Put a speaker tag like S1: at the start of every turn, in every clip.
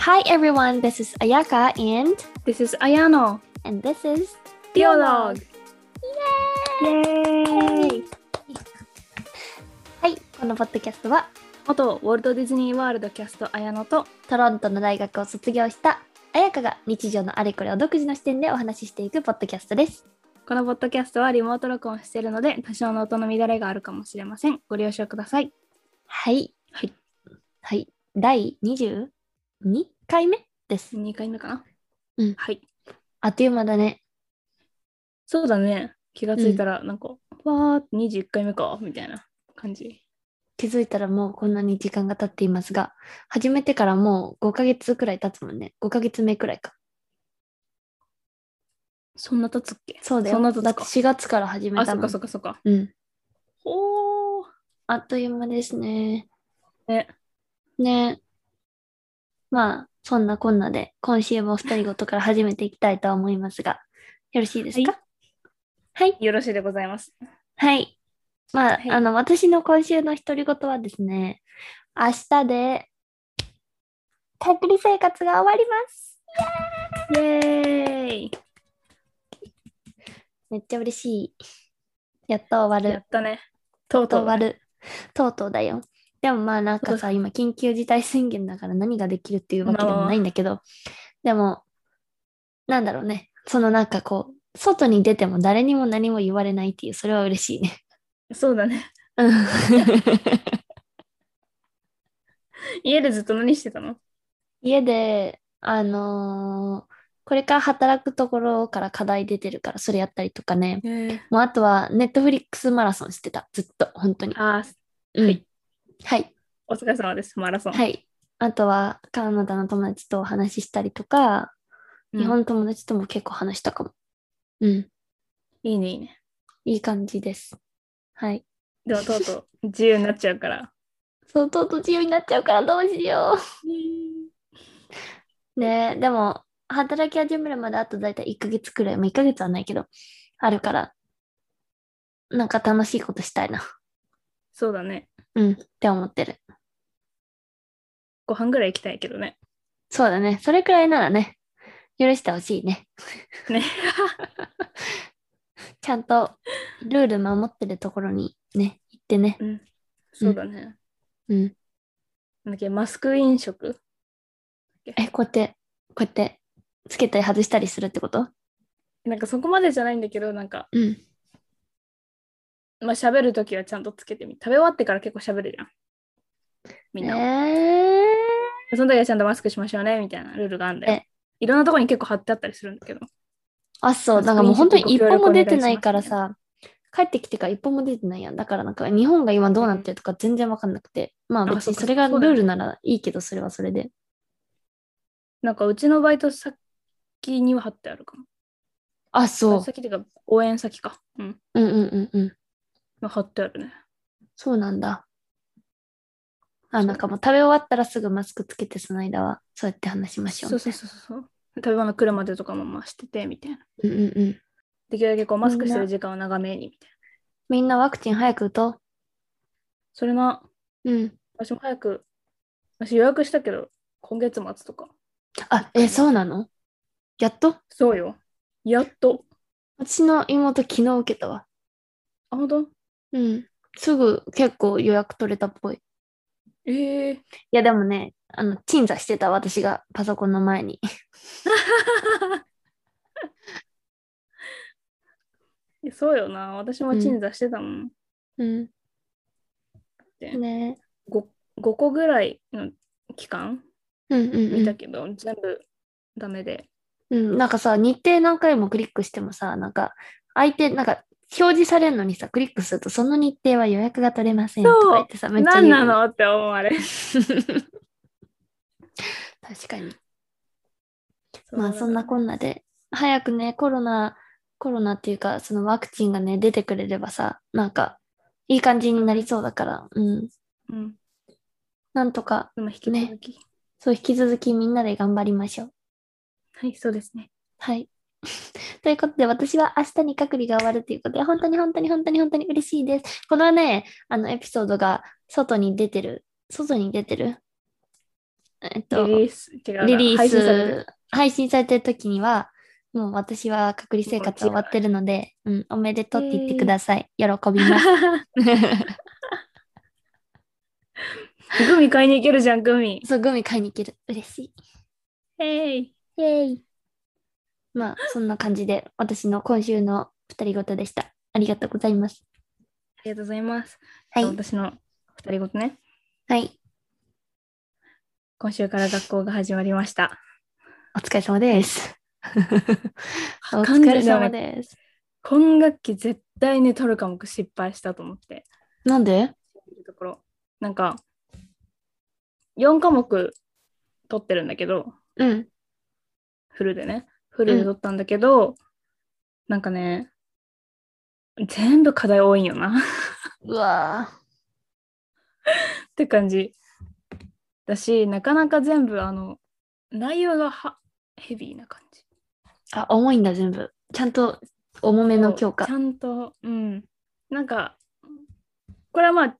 S1: Hi everyone, this is Ayaka and
S2: This is Ayano.
S1: and this is
S2: Dialogue.
S1: イエーイ
S2: イ
S1: はい、このポッドキャストは
S2: 元ウォルト・ディズニー・ワールドキャスト Ayano と
S1: トロントの大学を卒業した彩香が日常のあれこれを独自の視点でお話ししていくポッドキャストです。
S2: このポッドキャストはリモート録音しているので多少の音の乱れがあるかもしれません。ご了承ください。
S1: はい。
S2: はい。
S1: はい。第22回目です。
S2: 2回目かな
S1: うん
S2: はい。
S1: あっという間だね。
S2: そうだね。気がついたらなんか、わーって21回目かみたいな感じ。
S1: 気づいたらもうこんなに時間が経っていますが、始めてからもう5ヶ月くらい経つもんね。5ヶ月目くらいか。
S2: そんな経つっけ
S1: そうだよ。
S2: そんな経
S1: だ
S2: つ
S1: って
S2: か。
S1: 4月から始め
S2: あ、
S1: た
S2: そっ
S1: も
S2: か
S1: ん
S2: そっかそっか。
S1: うん。
S2: ほー。
S1: あっという間ですね。
S2: ね。
S1: ね。まあ、そんなこんなで、今週も二人ごとから始めていきたいと思いますが、よろしいですかはい。
S2: よろしいでございます。
S1: はい。まあ、
S2: はい
S1: あの、私の今週の独り言はですね、明日で、隔離生活が終わります。
S2: イエーイ
S1: めっちゃ嬉しい。やっと終わ
S2: や
S1: る
S2: っ。たね。とう
S1: と
S2: と
S1: う
S2: う。
S1: 終わる。とうとうだよ。でもまあなんかさ、今緊急事態宣言だから何ができるっていうわけでもないんだけど、でも、なんだろうね。そのなんかこう、外に出ても誰にも何も言われないっていう、それは嬉しいね。
S2: そうだね。
S1: うん
S2: 家でずっと何してたの
S1: 家で、あのーこれから働くところから課題出てるから、それやったりとかね。もうあとは、ネットフリックスマラソンしてた。ずっと、本当に。
S2: あー
S1: うん
S2: はい。
S1: はい。
S2: お疲れ様です、マラソン。
S1: はい。あとは、カナダの友達とお話ししたりとか、
S2: うん
S1: 日本の友達とも結構話したかも。うん。
S2: いいね、いいね。
S1: いい感じです。はい。
S2: でも、とうとう自由になっちゃうから。
S1: そう、とうとう自由になっちゃうからどうしよう。ねえでも、働き始めるまであとだいたい1ヶ月くらい、まあ1ヶ月はないけど、あるから、なんか楽しいことしたいな。
S2: そうだね。
S1: うん。って思ってる。
S2: ご飯ぐらい行きたいけどね。
S1: そうだね。それくらいならね、許してほしいね。
S2: ね。
S1: ちゃんとルール守ってるところにね、行ってね。
S2: うん。そうだね。
S1: うん。
S2: なんだっけ、マスク飲食
S1: え、こうやって、こうやって、つけたり外したりするってこと
S2: なんかそこまでじゃないんだけど、なんか、
S1: うん。
S2: まあ喋るときはちゃんとつけてみ。食べ終わってから結構喋るじゃん。みんな。
S1: え
S2: その時はちゃんとマスクしましょうね、みたいなルールがあるんだよ
S1: え。
S2: いろんなとこに結構貼ってあったりするんだけど。
S1: あ、そう、なんかもう本当に一歩も出てないからさ、帰ってきてから一歩も出てないやん。だからなんか日本が今どうなってるとか全然わかんなくて。まあ
S2: あ
S1: 別
S2: そ
S1: に
S2: っか
S1: それがル
S2: そうだ
S1: ー
S2: よね
S1: ルならいいけど、それはそれで。
S2: なんかうちのバイト先には貼ってあるかも。
S1: あ、そう。
S2: 先っていうか、応援先か。うん。
S1: うんうんうんうん。
S2: まあ貼ってあるね。
S1: そうなんだ。あ、
S2: そう
S1: なんかもう食べ終わったらすぐマスクつけて、その間はそうやって話しましょう
S2: そうそうそうそう。食べ物来るまでとかもまあしててみたいな。
S1: う。うんうんうん。
S2: できるだけこうマスクして
S1: み
S2: る
S1: ん
S2: 時間を長めにみたいな。
S1: みんなワクチン早く打と
S2: それな、
S1: う。うん。
S2: 私も早く、私予約したけど、今月末とか。
S1: あ、え、そうなのやっと
S2: そうよ。やっと。
S1: 私の妹昨日受けたわ。
S2: あ、ほんと
S1: うん。すぐ結構予約取れたっぽい。い
S2: ええー。
S1: やでもね、あの、鎮座してた私がパソコンの前に。
S2: いやそうよな。私も鎮座してたもん。
S1: うん。
S2: で
S1: ね
S2: 5, 5個ぐらいの期間
S1: うんうんう
S2: 見た
S1: ん。
S2: けど、全部ダメで。
S1: うん、なんかさ、日程何回もクリックしてもさ、なんか、相手、なんか、表示されるのにさ、クリックすると、その日程は予約が取れません
S2: そう
S1: とか言ってさ、めっちゃ
S2: 何
S1: 言う
S2: なのって思われる。
S1: 確かに。 まあそんなこんなで、早くね、コロナ、コロナっていうか、そのワクチンがね、出てくれればさ、なんか、いい感じになりそうだから、うん。
S2: うん。
S1: なんとか、
S2: まあ引き続き。
S1: そう、引き続きみんなで頑張りましょう。
S2: はい、そうですね。
S1: はい。 ということで、私は明日に隔離が終わるということで、本当に本当に本当に本当に嬉しいです。このね、あのエピソードが外に出てる、外に出てるえっ
S2: リ
S1: と、
S2: リース、違うな
S1: リリー
S2: 配信さ れてる
S1: ス、配信されてる時には、もう私は隔離生活終わってるので、うん、おめでとうって言ってください。喜びます。
S2: グミ買いに行けるじゃん、グミ。
S1: そう、グミ買いに行ける。嬉しい。
S2: えい。
S1: イェイ。まあ、そんな感じで、私の今週の二人ごとでした。ありがとうございます。
S2: ありがとうございます。
S1: はい。
S2: 私の二人ごとね。
S1: はい。
S2: 今週から学校が始まりました。
S1: お疲れ様です。 お
S2: かん
S1: 疲
S2: でる
S1: れ様です。
S2: 今学期絶対ね、取る科目失敗したと思って。
S1: なんで
S2: ところなんか、4科目取ってるんだけど、
S1: うん。
S2: フルでね。フルで取ったんだけど、なんかね、全部課題多いんよな。
S1: うわ
S2: って感じだしなかなか全部あの内容がはヘビーな感じ
S1: ーあ、重いんだ、全部。ちゃんと重めの教科
S2: ち。ゃんとうんなんかこれはまあ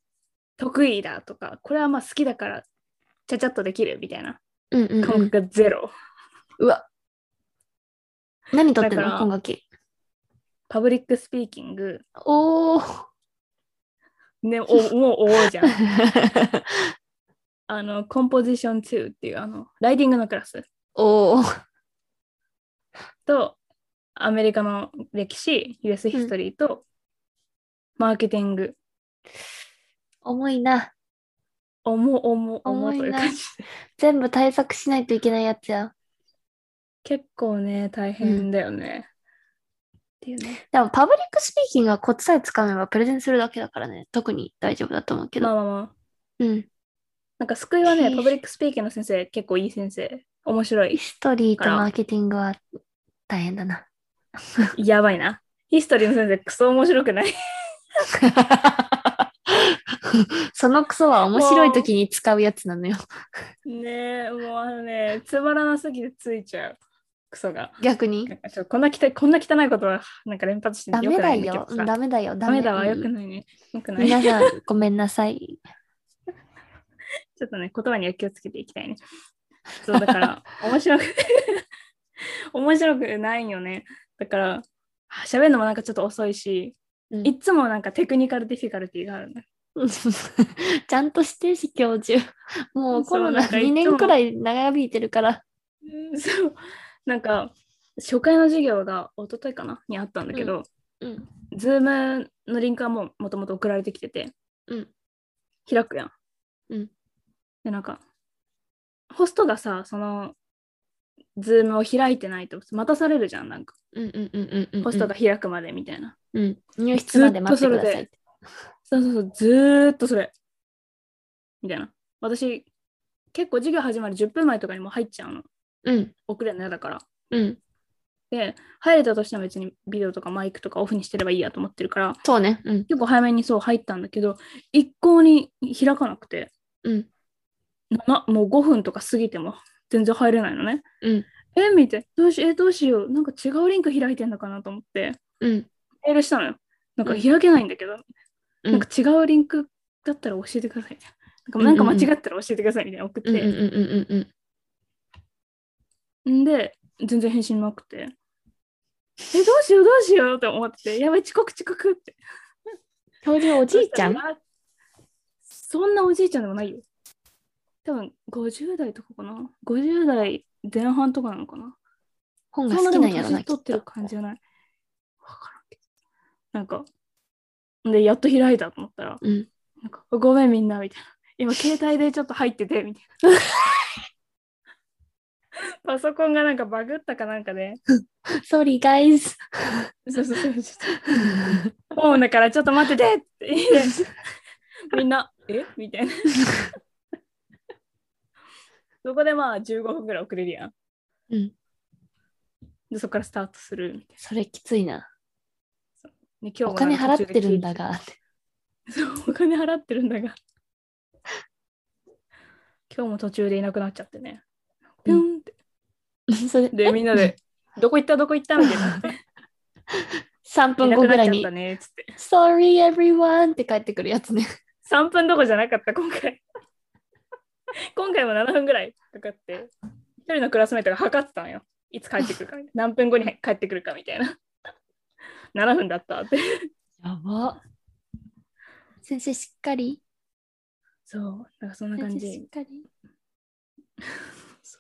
S2: 得意だとかこれはまあ好きだからちゃちゃっとできるみたいな
S1: うんうん、
S2: 科
S1: う
S2: 目
S1: ん。
S2: がゼロ、
S1: うわ。何取ってん
S2: だか
S1: の
S2: ら
S1: 今学期。
S2: パブリックスピーキング
S1: お ー。
S2: ねおもう多いじゃ んあのコンポジション2っていうあのライティングのクラス
S1: おー。
S2: とアメリカの歴史 US ヒストリーと、マーケティング
S1: 重いな。
S2: 重重重
S1: 重い
S2: という
S1: な
S2: 感じ
S1: 全部対策しないといけないやつや。
S2: 結構ね大変だよね、っていうね
S1: でも、パブリックスピーキングはコツさえつかめばプレゼンするだけだからね、特に大丈夫だと思うけど。
S2: まあまあまあ
S1: うん。
S2: なんか救いは
S1: へ
S2: ね
S1: え
S2: パブリックスピーキングの先生結構いい先生面白
S1: ヒ
S2: い
S1: ストリー
S2: だ
S1: と
S2: から
S1: マーケティングは大変だ な。
S2: やばいなヒストリーの先生クソ面白くない
S1: そのクソは面白い時に使うやつなのよ。
S2: ねえもうあのねつまらなすぎてついちゃうクソが
S1: 逆に
S2: な。んかちょっとこんな汚いこんな汚いことはなんか連発して
S1: ダ
S2: よ
S1: メ
S2: くな
S1: だ
S2: いんだけ
S1: よ
S2: ど。
S1: う
S2: さ
S1: んダメだよ。
S2: ダメだわよく
S1: うん
S2: ないねよくない
S1: 皆さん、ごめんなさい。
S2: ちょっとね、言葉には気をつけていきたいね。そうだから、 面白く、面白くないよね。だから、喋るのもなんかちょっと遅いし、
S1: うん
S2: いつもなんかテクニカルディフィカルティがあるね。
S1: ちゃんとしてし、教授。 もうコロナ
S2: そうなんかいつも
S1: 2年くらい長引いてるから。
S2: そう。なんか、初回の授業が一昨日かなにあったんだけど、
S1: うん。
S2: ズームのリンクはもうもともと送られてきてて、
S1: うん
S2: 開くやん。
S1: うん
S2: で、なんか、ホストがさ、その、ズームを開いてないと待たされるじゃん、なんか。
S1: うんうんうんうんうん。
S2: ホストが。開くまでみたいな。
S1: うん。入室まで待ってください
S2: ずっとそれで。そうそうそう、ずーっとそれ。みたいな。私、結構授業始まる10分前とかにもう入っちゃうの。
S1: うん。
S2: 遅れるの嫌だから。
S1: うん。
S2: で、入れたとしても別にビデオとかマイクとかオフにしてればいいやと思ってるから、
S1: そうね。うん。
S2: 結構早めにそう入ったんだけど、一向に開かなくて、
S1: うん。
S2: なもう5分とか過ぎても全然入れないのね。
S1: うん。
S2: え、見て、どうし、え、どうしよう。なんか違うリンク開いてんのかなと思って、
S1: うん。
S2: メールしたのよ。なんか開けないんだけど、
S1: うん
S2: なんか違うリンクだったら教えてください。なんかなんか間違ったら教えてくださいみたいな送っ
S1: うんうん
S2: て、
S1: うんうんうん。
S2: んで、全然返信なくて、え、どうしようどうしようって思って、やばい、遅刻遅刻って。
S1: 教授おじいちゃん
S2: そしたらそんなおじいちゃんでもないよ。多分50代とかかな。50代前半とかなのかな。
S1: 本が
S2: そんな
S1: 好き
S2: でも
S1: なんやろな。
S2: 年
S1: き
S2: 取
S1: っ
S2: ってる
S1: と
S2: 感じじゃない。わからんけど。なんか、で、やっと開いたと思ったら、
S1: うん。
S2: なんかごめんみんなみたいな。今携帯でちょっと入っててみたい な。パソコンがなんかバグったかなんかで、
S1: Sorry, guys.
S2: そうそうそうちょっともうだからちょっと待っててって言って みんな、え みたいな。そこでまあ15分ぐらい遅れるやん。
S1: うん。
S2: でそこからスタートするみたい
S1: それきついな。
S2: な。で今
S1: お
S2: 日も
S1: 金
S2: なか
S1: 払
S2: 途
S1: っ
S2: 中
S1: て
S2: で
S1: る
S2: 聞い
S1: んだが。
S2: そうお金払ってるんだが。今日も途中でいなくなっちゃってね。ピュンって。
S1: それ
S2: で、みんなで、どこ行ったどこ行ったみたいに なって。
S1: 3
S2: い
S1: 分
S2: な
S1: 後ぐ
S2: くな
S1: ら
S2: っ
S1: い
S2: ちゃっ
S1: に
S2: た、ね、つって。
S1: Sorry, everyone って帰ってくるやつね。
S2: 3分どこじゃなかった、今回。 今回も7分ぐらいかかって、一人のクラスメートが測ってたのよ。いつ帰ってくるか、何分後に帰ってくるかみたいな。7分だったって。
S1: やば。先生しっかり。
S2: そう、なんかそんな感
S1: 先生し
S2: じ
S1: っ。 かり。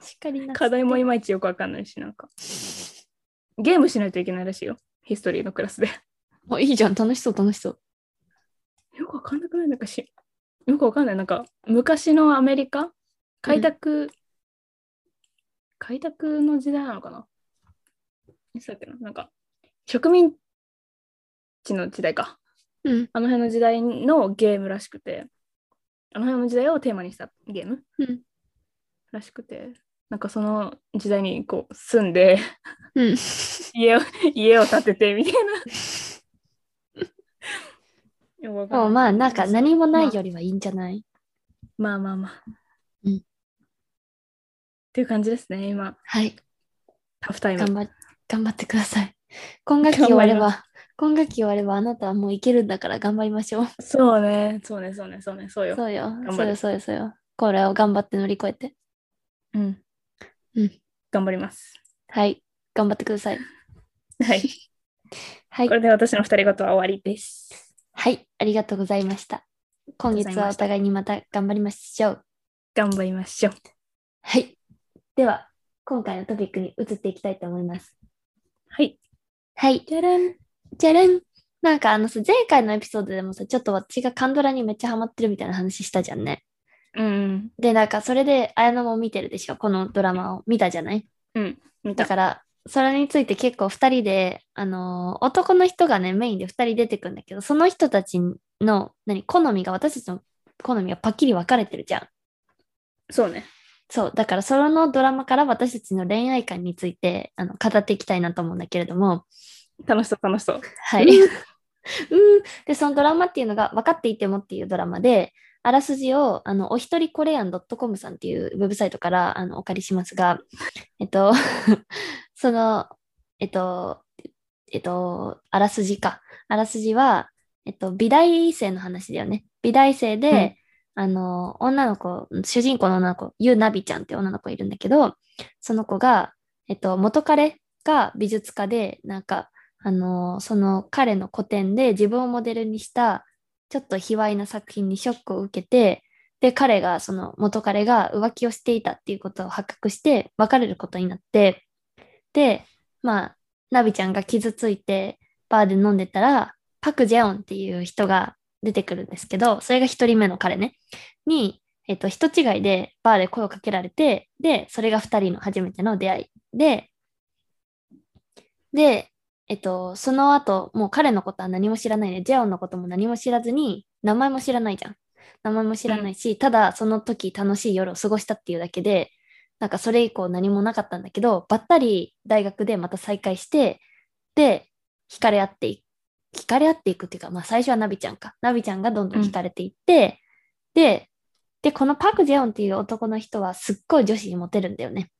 S1: しっかりな。
S2: 課題もいまいちよくわかんないし、なんか。ゲームしないといけないらしいよ。ヒストリーのクラスで。
S1: あいいじゃん。楽しそう、楽しそう。
S2: よくわかんなくないなんかし、よくわかんない。なんか、昔のアメリカ開拓、開拓の時代なのかないつだっけななんか、植民地の時代か。
S1: うん。
S2: あの辺の時代のゲームらしくて、あの辺の時代をテーマにしたゲーム、
S1: うん
S2: らしくて、なんかその時代にこう住んで、
S1: うん。
S2: 家を家を建ててみたい な。よくわか
S1: もうん
S2: ない
S1: まあ、なんか何もないよりはいいんじゃない、
S2: まあまあまあ。
S1: うん
S2: っていう感じですね、今。
S1: はい。
S2: タフタイム。
S1: 頑張っ頑張ってください。今学期終われば、今学期終わればあなたはもういけるんだから頑張りましょう。
S2: そうね、そうね、そうね、そうね、そうよ。
S1: そうよ。
S2: 張る
S1: そうよ、そうよ、そうよ。これを頑張って乗り越えて。
S2: うん。
S1: うん
S2: 頑張り ます。
S1: はい。頑張ってください。
S2: はい。
S1: はい
S2: こ。れで私の二人ごとは終わりです。
S1: はい。ありがとうございました。今月はお互いにまた頑張りましょう。
S2: 頑張りましょう。
S1: はい。では、今回のトピックに移っていきたいと思います。
S2: はい。
S1: はい。
S2: じゃらん。
S1: じゃらん。なんかあのさ、前回のエピソードでもさ、ちょっと私がカンドラにめっちゃハマってるみたいな話したじゃんね。
S2: うん。
S1: で、なんかそれで綾乃も見てるでしょ、このドラマを見たじゃない
S2: うん。見
S1: だ
S2: た。
S1: から、それについて結構2人で、あのー男の人がね、メインで2人出てくんだけど、その人たちの、何、好みが、私たちの好みがパッキリ分かれてるじゃん。
S2: そうね。
S1: そう、だからそのドラマから私たちの恋愛観についてあの語っていきたいなと思うんだけれども、
S2: 楽しそう、楽しそう。
S1: はい。うん、 で、そのドラマっていうのが、分かっていてもっていうドラマで、あらすじをあのお一人コレアン .com さんっていうウェブサイトからあのお借りしますが、えっと、 その、えっと、えっと、あらすじか。あらすじは、えっと、美大生の話だよね。美大生で、あの、女の子、主人公の女の子、ゆなびちゃんって女の子いるんだけど、その子が、えっと、元彼が美術家で、なんか、あの、その彼の個展で自分をモデルにした、ちょっと卑猥な作品にショックを受けて、で、彼が、その元彼が浮気をしていたっていうことを発覚して、別れることになって、で、まあ、ナビちゃんが傷ついて、バーで飲んでたら、パク・ジェオンっていう人が出てくるんですけど、それが一人目の彼ね、に、えっと、人違いでバーで声をかけられて、で、それが二人の初めての出会いで、で、えっと、その後、もう彼のことは何も知らないね。ジェオンのことも何も知らずに、名前も知らないじゃん。名前も知らないし、ただその時楽しい夜を過ごしたっていうだけで、なんかそれ以降何もなかったんだけど、ばったり大学でまた再会して、で、惹かれ合っていく、惹かれ合っていくっていうか、まあ最初はナビちゃんか。ナビちゃんがどんどん惹かれていって、で、で、このパク・ジェオンっていう男の人はすっごい女子にモテるんだよね。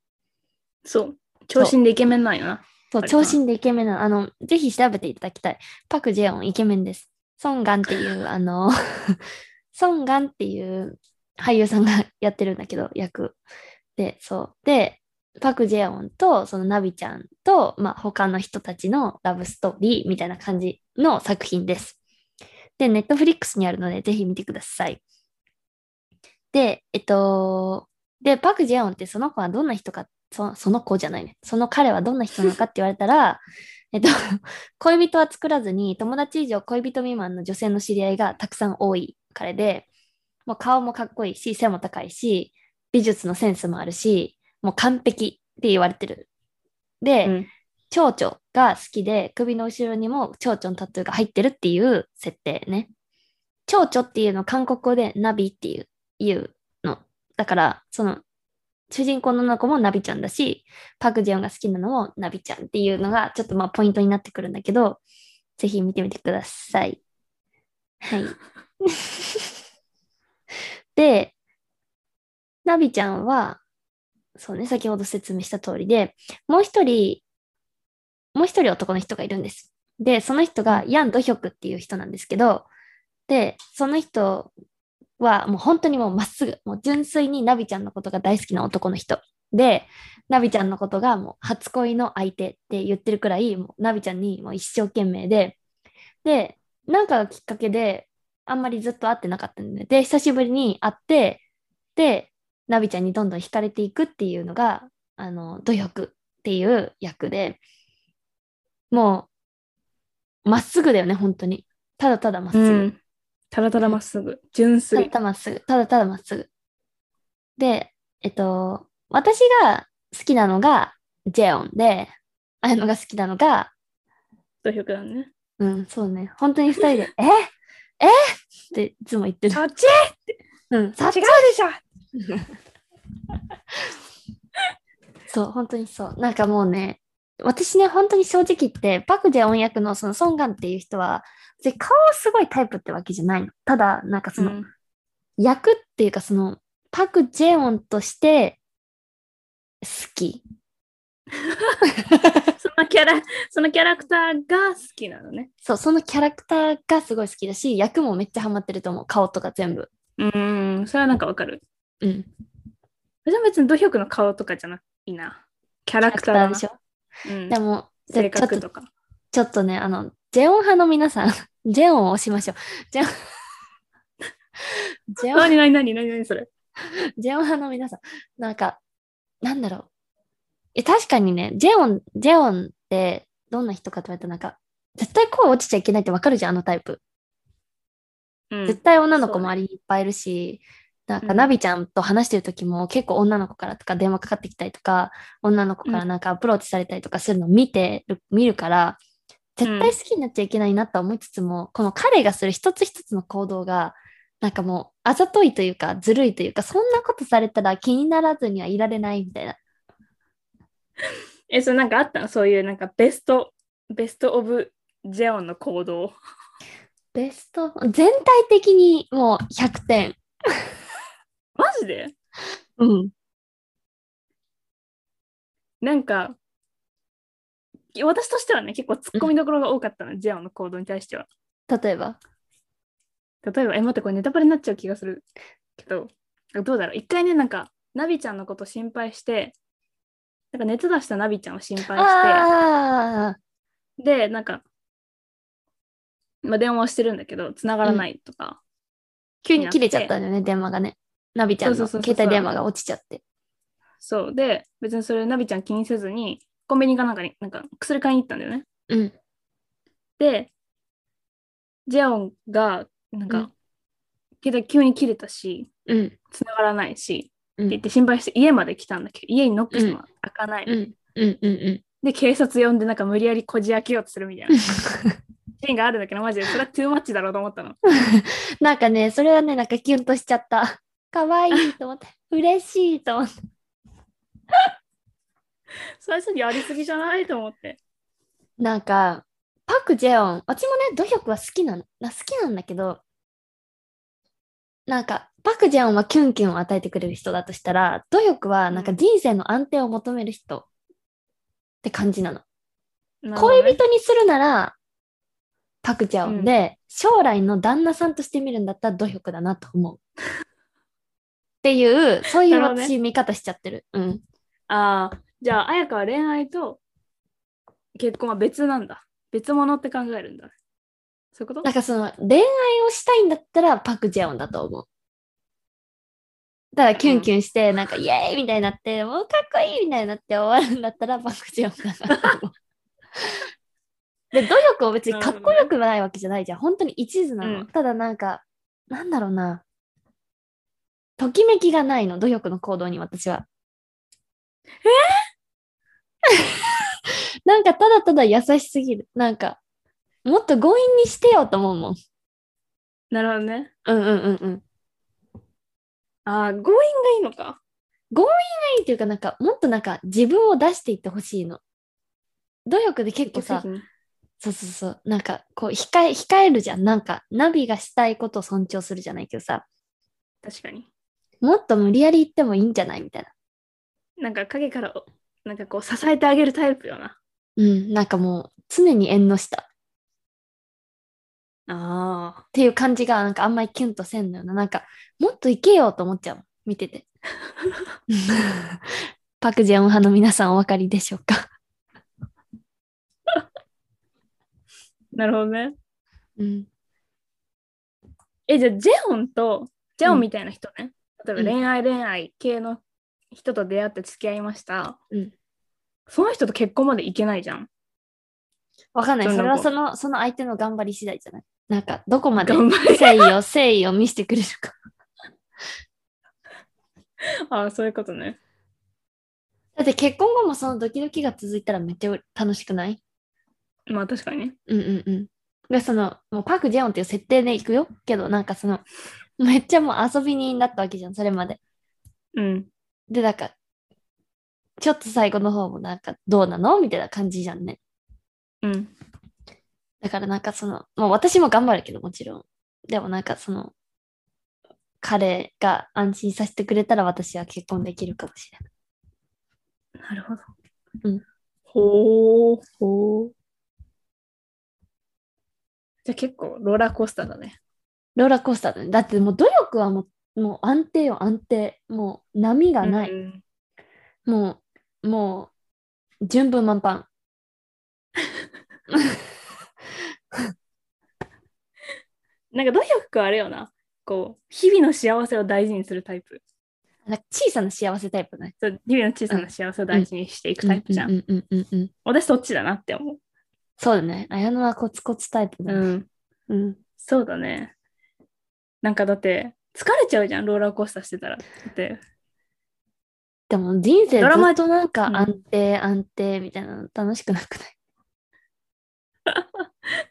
S2: そう。長身でイケメンなんよな。
S1: そう、
S2: あれか
S1: 長
S2: な
S1: 身でイケメンなの。あの、ぜひ調べていただきたい。パク・ジェヨン、イケメンです。ソン・ガンっていう、あの、 ソン・ガンっていう俳優さんがやってるんだけど、役。で、そう。で、パク・ジェヨンと、そのナビちゃんと、まあ、他の人たちのラブストーリーみたいな感じの作品です。で、ネットフリックスにあるので、ぜひ見てください。で、えっと、で、パク・ジェヨンってその子はどんな人か、そその子じゃないね。その彼はどんな人なのかって言われたら、 えっと、恋人は作らずに友達以上恋人未満の女性の知り合いがたくさん多い彼で、もう顔もかっこいいし、背も高いし、美術のセンスもあるし、もう完璧って言われてる。で、
S2: うん
S1: 蝶々が好きで、首の後ろにも蝶々のタトゥーが入ってるっていう設定ね。蝶々っていうのを韓国語でナビっていう、いうの。だから、その、主人公の女の子もナビちゃんだし、パク・ジェヨンが好きなのもナビちゃんっていうのが、ちょっとまあポイントになってくるんだけど、ぜひ見てみてください。はい。で、ナビちゃんは、そうね、先ほど説明した通りで、もう一人、もう一人男の人がいるんです。で、その人がヤン・ドヒョクっていう人なんですけど、で、その人はもう本当にもうまっすぐ、もう純粋にナビちゃんのことが大好きな男の人で、ナビちゃんのことがもう初恋の相手って言ってるくらい、もうナビちゃんにもう一生懸命で、で、なんかがきっかけで、あんまりずっと会ってなかったんで、で、久しぶりに会って、で、ナビちゃんにどんどん惹かれていくっていうのが、あの、努力っていう役で、もう、まっすぐだよね、本当に。ただただまっす
S2: う
S1: ぐ。
S2: ん。ただただまっすぐ。純
S1: ただ
S2: 粋
S1: た。だまっすぐ。ただただまっすぐ。で、えっと、私が好きなのがジェオンで、あやのが好きなのが、
S2: 土俵だね。
S1: うん、そうね。本当に二人で、 ええっていつも言ってる。
S2: あっち違
S1: うん、さ
S2: うでしょ
S1: そう、本当にそう。なんかもうね、私ね、本当に正直言って、パク・ジェ音役のそのソン・ガンっていう人は、別に顔すごいタイプってわけじゃないの。ただ、なんかその、
S2: うん
S1: 役っていうかその、パク・ジェオンとして、好き。
S2: そのキャラ、そのキャラクターが好きなのね。
S1: そう、そのキャラクターがすごい好きだし、役もめっちゃハマってると思う。顔とか全部。
S2: うん、それはなんかわかる。
S1: うん。
S2: 私は別に土俵の顔とかじゃないな。キャラクターだな
S1: でしょ。
S2: うん
S1: でも、じゃ
S2: 性
S1: あちょっ
S2: 格
S1: と、
S2: とか。
S1: ちょっとね、あの、ジェオン派の皆さん、 ジェオンを押しましょう。ジェ オン、ジェオン
S2: 何何何何何それ。
S1: ジェオン派の皆さん、なんか、なんだろう。え、確かにね、ジェオン、ジェオンってどんな人かと言われたらなんか、絶対声落ちちゃいけないってわかるじゃん、あのタイプ。
S2: うん
S1: 絶対女の子
S2: そうね
S1: 周りにいっぱいいるし、なんか、
S2: うん
S1: ナビちゃんと話してる時も結構女の子からとか電話かかってきたりとか、女の子からなんかアプローチされたりとかするのを見てる、見るから、絶対好きになっちゃいけないなとは思いつつも、この彼がする一つ一つの行動が、なんかもう、あざといというか、ずるいというか、そんなことされたら気にならずにはいられないみたいな。
S2: え、それなんかあったのそういうなんかベスト、ベストオブジェオンの行動。
S1: ベスト、全体的にもう100点。
S2: マジで
S1: うん。
S2: なんか、私としてはね、結構ツッコミどころが多かったの、ジェオンの行動に対しては。
S1: 例えば。
S2: 例えば、え、待って、これネタバレになっちゃう気がするけど、どうだろう。一回ね、なんか、ナビちゃんのこと心配して、なんか熱出したナビちゃんを心配し
S1: ああ
S2: て、で、なんか、まあ、電話をしてるんだけど、繋がらないとか、
S1: 急に切れちゃったんだよね、電話がね。ナビちゃんの
S2: そうそうそう
S1: 携
S2: そう
S1: 帯電話が落ちちゃって。
S2: そう。で、別にそれナビちゃん気にせずに、コンビニかなんかに、なんか薬買いに行ったんだよね。
S1: うん。
S2: で、ジェオンが、な
S1: う
S2: んか
S1: ん、
S2: 携帯急に切れたし、
S1: うん。
S2: 繋がらないし、
S1: うん
S2: って言って心配して家まで来たんだけど、家にノックしても開かない。
S1: うん。うん。うん。うん。
S2: で、警察呼んで、なんか無理やりこじ開けようとするみたいなシーンがあるんだけど、マジで、それはトゥーマッチだろうと思ったの。
S1: なんかね、それはね、なんかキュンとしちゃった。可愛いと思って、嬉しいと思って。
S2: それはちょっとやりすぎじゃないと思って。
S1: なんか、パク・ジェオン、私もね、ドヒョクは好きなの、な好きなんだけど、なんか、パク・ジェオンはキュンキュンを与えてくれる人だとしたら、ドヒョクはなんか人生の安定を求める人って感じなの。
S2: なるほどね
S1: 恋人にするなら、パク・ジェオンで、将来の旦那さんとして見るんだったらドヒョクだなと思う。っていう、そういう
S2: なるほどね
S1: 私、見方しちゃってる。うん。
S2: ああ、じゃあ、綾香は恋愛と結婚は別なんだ。別物って考えるんだ。そういうこと
S1: なんかその恋愛をしたいんだったらパク・ジェオンだと思う。だからキュンキュンして、なんかイエーイみたいになって、もうかっこいいみたいになって終わるんだったらパク・ジェオンだなと 思う。で、努力を別にかっこよくないわけじゃないじゃん。本当に一途なの。
S2: うん
S1: ただなんか、なんだろうな。ときめきがないの、努力の行動に私は。 えなんかただただ優しすぎる。なんか、もっと強引にしてよと思うもん。
S2: なるほどね。
S1: うんうんうんうん。
S2: ああ、強引がいいのか。
S1: いいっていうか、なんか、もっとなんか、自分を出していってほしいの。努力で結構さ、
S2: 無責任
S1: そうそうそう、なんか、こう、控え、控えるじゃん。なんか、ナビがしたいことを尊重するじゃないけどさ、
S2: 確かに。
S1: もっと無理やり言ってもいいんじゃないみたいな。
S2: なんか影から、なんかこう支えてあげるタイプよな。
S1: うん、なんかもう、常に縁の下。
S2: あ
S1: ていう感じがなんかあんまりキュンとせんのよな。なんかもっといけよと思っちゃう。見て て。パクジャン派の皆さんお分かりでしょうか。
S2: ーなるほどね。
S1: うん。
S2: え、じゃあ、ジェホンと、ジェホ
S1: うん
S2: ンみたいな人ね。例
S1: う
S2: え
S1: ん
S2: ば恋愛恋愛系の人と出会って付き合いました。
S1: うん
S2: その人と結婚までいけないじゃん。
S1: わかんない。
S2: どん
S1: そ
S2: な
S1: れは
S2: 子
S1: その、その相手の頑張り次第じゃない。なんか、どこまで
S2: 頑張り
S1: 誠意を、誠意を見せてくれるか。
S2: ああ、そういうことね。
S1: だって結婚後もそのドキドキが続いたらめっちゃ楽しくない
S2: まあ確かにね。
S1: うんうんうん。で、その、もうパク・ジェヨンっていう設定で行くよ。けど、なんかその、めっちゃもう遊び人だったわけじゃん、それまで。
S2: うん。
S1: で、なんか、ちょっと最後の方もなんか、どうなのみたいな感じじゃんね。
S2: うん。
S1: だからなんかその、もう私も頑張るけど、もちろん。でもなんかその、彼が安心させてくれたら私は結婚できるかもしれない。
S2: なるほど。
S1: うん。
S2: ほー。
S1: お
S2: じゃあ結構ローラーコースターだね。
S1: ローラーコースターだね。だってもう努力はもう、もう安定よ、安定。もう波がない。
S2: うん
S1: もう、もう、順風満帆。
S2: なんか努力はあれよな。こう、日々の幸せを大事にするタイプ。
S1: なんか小さな幸せタイプね。
S2: そう日々の小さな幸せを大事にしていくタイプじゃん。
S1: うんうんうんうんうん。
S2: 私そっちだなって思う。
S1: そうだね。綾乃はコツコツタイプだ
S2: う
S1: ね。
S2: ん。
S1: うん。
S2: そうだね。なんかだって、疲れちゃうじゃん、ローラーコースターしてたら。だって、
S1: でも人生ず
S2: ドラマ
S1: っとなんか
S2: うん
S1: 安定安定みたいなの楽しくなくない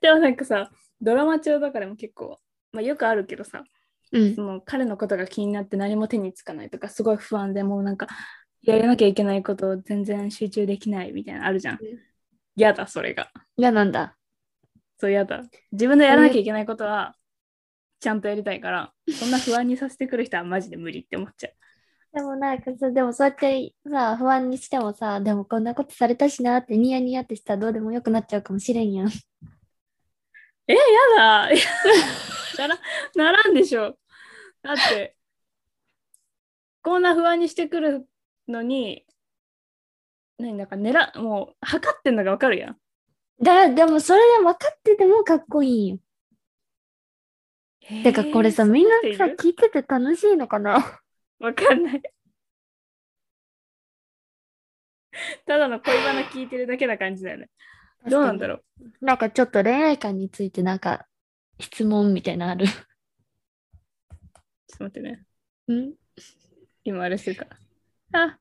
S2: でもなんかさ、ドラマ中とかでも結構、まあよくあるけどさ、
S1: うん
S2: そ。の彼のことが気になって何も手につかないとか、すごい不安でもうなんか、やらなきゃいけないことを全然集中できないみたいなのあるじゃん
S1: うん。
S2: 嫌だ、それが。
S1: 嫌なんだ。
S2: そう、嫌だ。自分のやらなきゃいけないことは、ちゃんとやりたいから、そんな不安にさせてくる人はマジで無理って思っちゃう。
S1: でもなんかさ、でもそうやってさ、不安にしてもさ、でもこんなことされたしなってニヤニヤってしたらどうでもよくなっちゃうかもしれんやん。
S2: やだいや ならならんでしょ。だって、こんな不安にしてくるのに、何なんか狙もう測ってんのがわかるやん。
S1: だ、でもそれで分かっててもかっこいいんよ。てかこれさ、
S2: えー
S1: みんな
S2: そういう人
S1: さ
S2: いる、
S1: 聞いてて楽しいのかな
S2: わかんない。ただの恋バナ聞いてるだけな感じだよね。どうなんだろう。
S1: うなんかちょっと恋愛観についてなんか質問みたいなのある。
S2: ちょっと待ってね。
S1: うん
S2: 今あれするから。あ、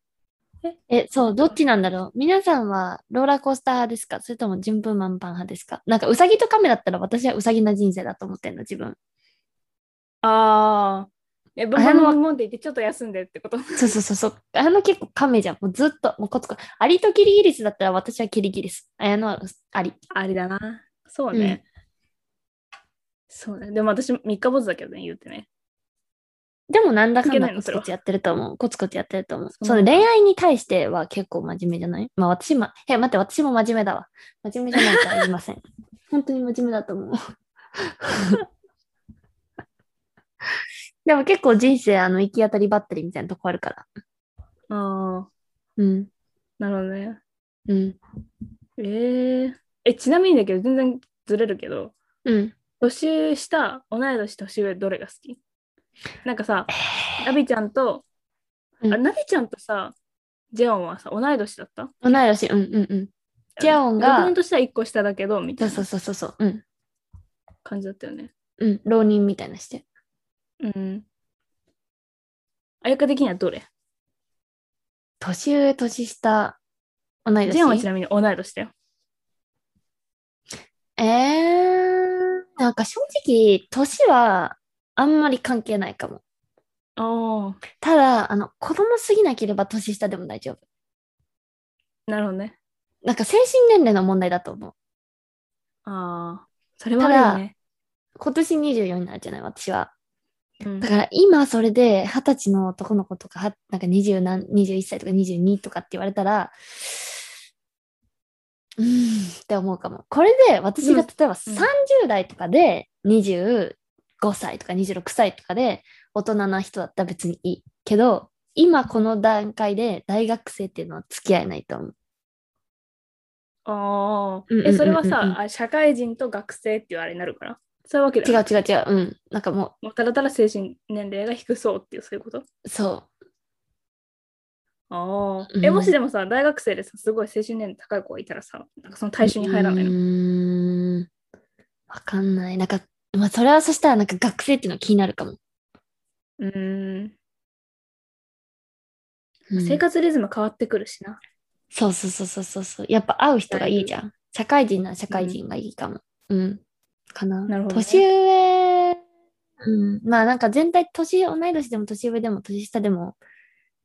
S1: え、そう、どっちなんだろう皆さんはローラーコースター派ですかそれとも順風満帆派ですかなんかウサギとカメだったら私はウサギな人生だと思ってんの、自分。
S2: ああ。え、ボンボンボンボンって言ってちょっと休んでってこと。
S1: そうそうそうそう。あの結構カメじゃん。もうずっと、もうコツコツ。アリとキリギリスだったら私はキリギリス。あやのはアリ。
S2: あれだな。そうね。そうね。でも私、三日坊主だけどね、言うてね。
S1: でもなんだかん
S2: 関係
S1: だ
S2: ないの
S1: コツ
S2: それ
S1: コ
S2: は
S1: ツやってると思う。コツコツやってると思う。
S2: そう
S1: その恋愛に対しては結構真面目じゃないまあ私も、え、待って、私も真面目だわ。真面目じゃないとは言いま せん。本当に真面目だと思う。でも結構人生、あの、行き当たりばったりみたいなとこあるから。
S2: ああ。
S1: うん。
S2: なるほどね。
S1: うん。
S2: えー、え、ちなみにだけど、全然ずれるけど、
S1: うん。
S2: 年下、同い年、年上、どれが好きなんかさ、ナビちゃんと、
S1: う
S2: あ、
S1: ん
S2: ナビちゃんとさ、ジェオンはさ、同い年だった
S1: 同い年、うんうんうん。ジェオンが
S2: 僕の年は1個下だけど、みた
S1: そう
S2: い
S1: そう
S2: な
S1: そうそうそう。うん。
S2: 感じだったよね。
S1: うん。浪人みたいなして。
S2: うん。あやか的にはどれ
S1: 年上、年下、同い
S2: ジェオンはち
S1: 年。
S2: なみに同い年だよ。
S1: えー、なんか正直、年はあんまり関係ないかも。
S2: あ
S1: ただ、あの、子供すぎなければ年下でも大丈夫。
S2: あ、なるほどね。
S1: なんか精神年齢の問題だと思う。
S2: ああ、それはあるよね。
S1: 今年24になるじゃない、私は。
S2: うん
S1: だから今それで二十歳の男の子とか、はなんか20何21歳とか22とかって言われたら、うーんって思うかも。これで私が
S2: うん
S1: 例えば30代とかで、 25歳とか26歳とかで大人な人だったら別にいいけど今この段階で大学生っていうのは付き合えないと思う。
S2: ああ、
S1: うんうんうんうん
S2: え、それはさ、あ社会人と学生っていうあれになるから。そういうわけだ
S1: 違う
S2: よね。
S1: 違う違う。うん。なんかも
S2: もうただただ精神年齢が低そうっていう、そういうこと
S1: う、そ
S2: ああ。
S1: うん
S2: え、もしでもさ、大学生でさ、すごい精神年齢高い子がいたらさ、なんかその
S1: う。
S2: 対象に入らないの
S1: う。ーん。わかんない。なんか、まあ、それはそしたらなんか学生っていうの気になるかも。
S2: うーん。
S1: うん
S2: 生活リズム変わってくるしな。
S1: そうそうそうそうそうそう。やっぱ会う人がいいじゃん。社会人なら社会人がいいかも。うん。かな。
S2: なるほどね
S1: 年上、うん。まあなんか全体、年、同い年でも年上でも年下でも、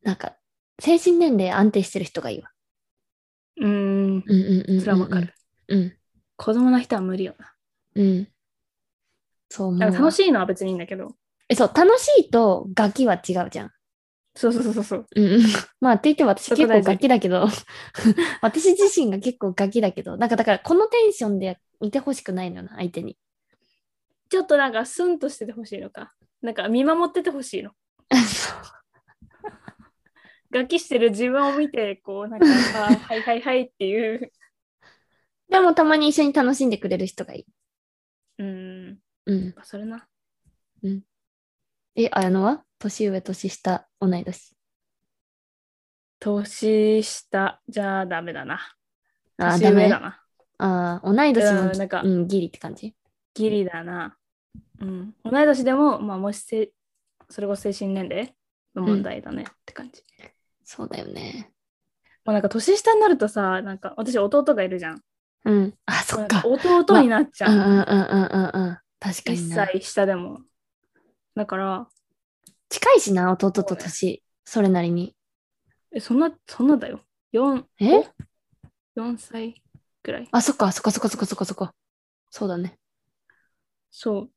S1: なんか、精神年齢安定してる人がいいわ。
S2: うーん。
S1: うんうんうん、うん。
S2: それはわかる。。
S1: うん。
S2: 子供の人は無理よな。
S1: うん。そう思う
S2: な
S1: わ。
S2: んか楽しいのは別にいいんだけど。
S1: えそう、楽しいとガキは違うじゃん。
S2: そうそうそうそう。
S1: うんうん。まあ、って言っても私
S2: そこ
S1: 結構
S2: 大事
S1: ガキだけど、 私自身が結構ガキだけど、なんかだからこのテンションでいてほしくないのよな、相手に。
S2: ちょっとなんかスンとしててほしいのか。なんか見守っててほしいの。ガキしてる自分を見て、こう、なんか、 あーはいはいはいっていう。
S1: でもたまに一緒に楽しんでくれる人がいい。
S2: うん。やっ
S1: うん。
S2: ぱそれな。
S1: え、あやのは年上、年下、同い年。
S2: 年下じゃダメだな。
S1: あー、
S2: 年
S1: ダ
S2: 上
S1: メ。
S2: だ
S1: ああ
S2: な。
S1: ー、同い年
S2: うん
S1: の
S2: なんか
S1: うん、ギリって感じ。
S2: ギリだな。うん。同い年でも、まあ、もしせ、それこそ精神年齢の問題だねって感じ。
S1: そうだよね。
S2: もうなんか年下になるとさ、なんか私弟がいるじゃん。
S1: うん。あ、そっか。
S2: もうなんか弟になっちゃ
S1: うんうん
S2: う。
S1: うんうんうんうん。確かに
S2: 1
S1: な。
S2: 歳下でも。だから、
S1: 近いしな、弟と年。それなりに。
S2: え、そんな、そんなだよ。4、
S1: え
S2: 4歳くらい。
S1: あ、そっか、そっかそっかそっかそっかそっか。そうだね。
S2: そう。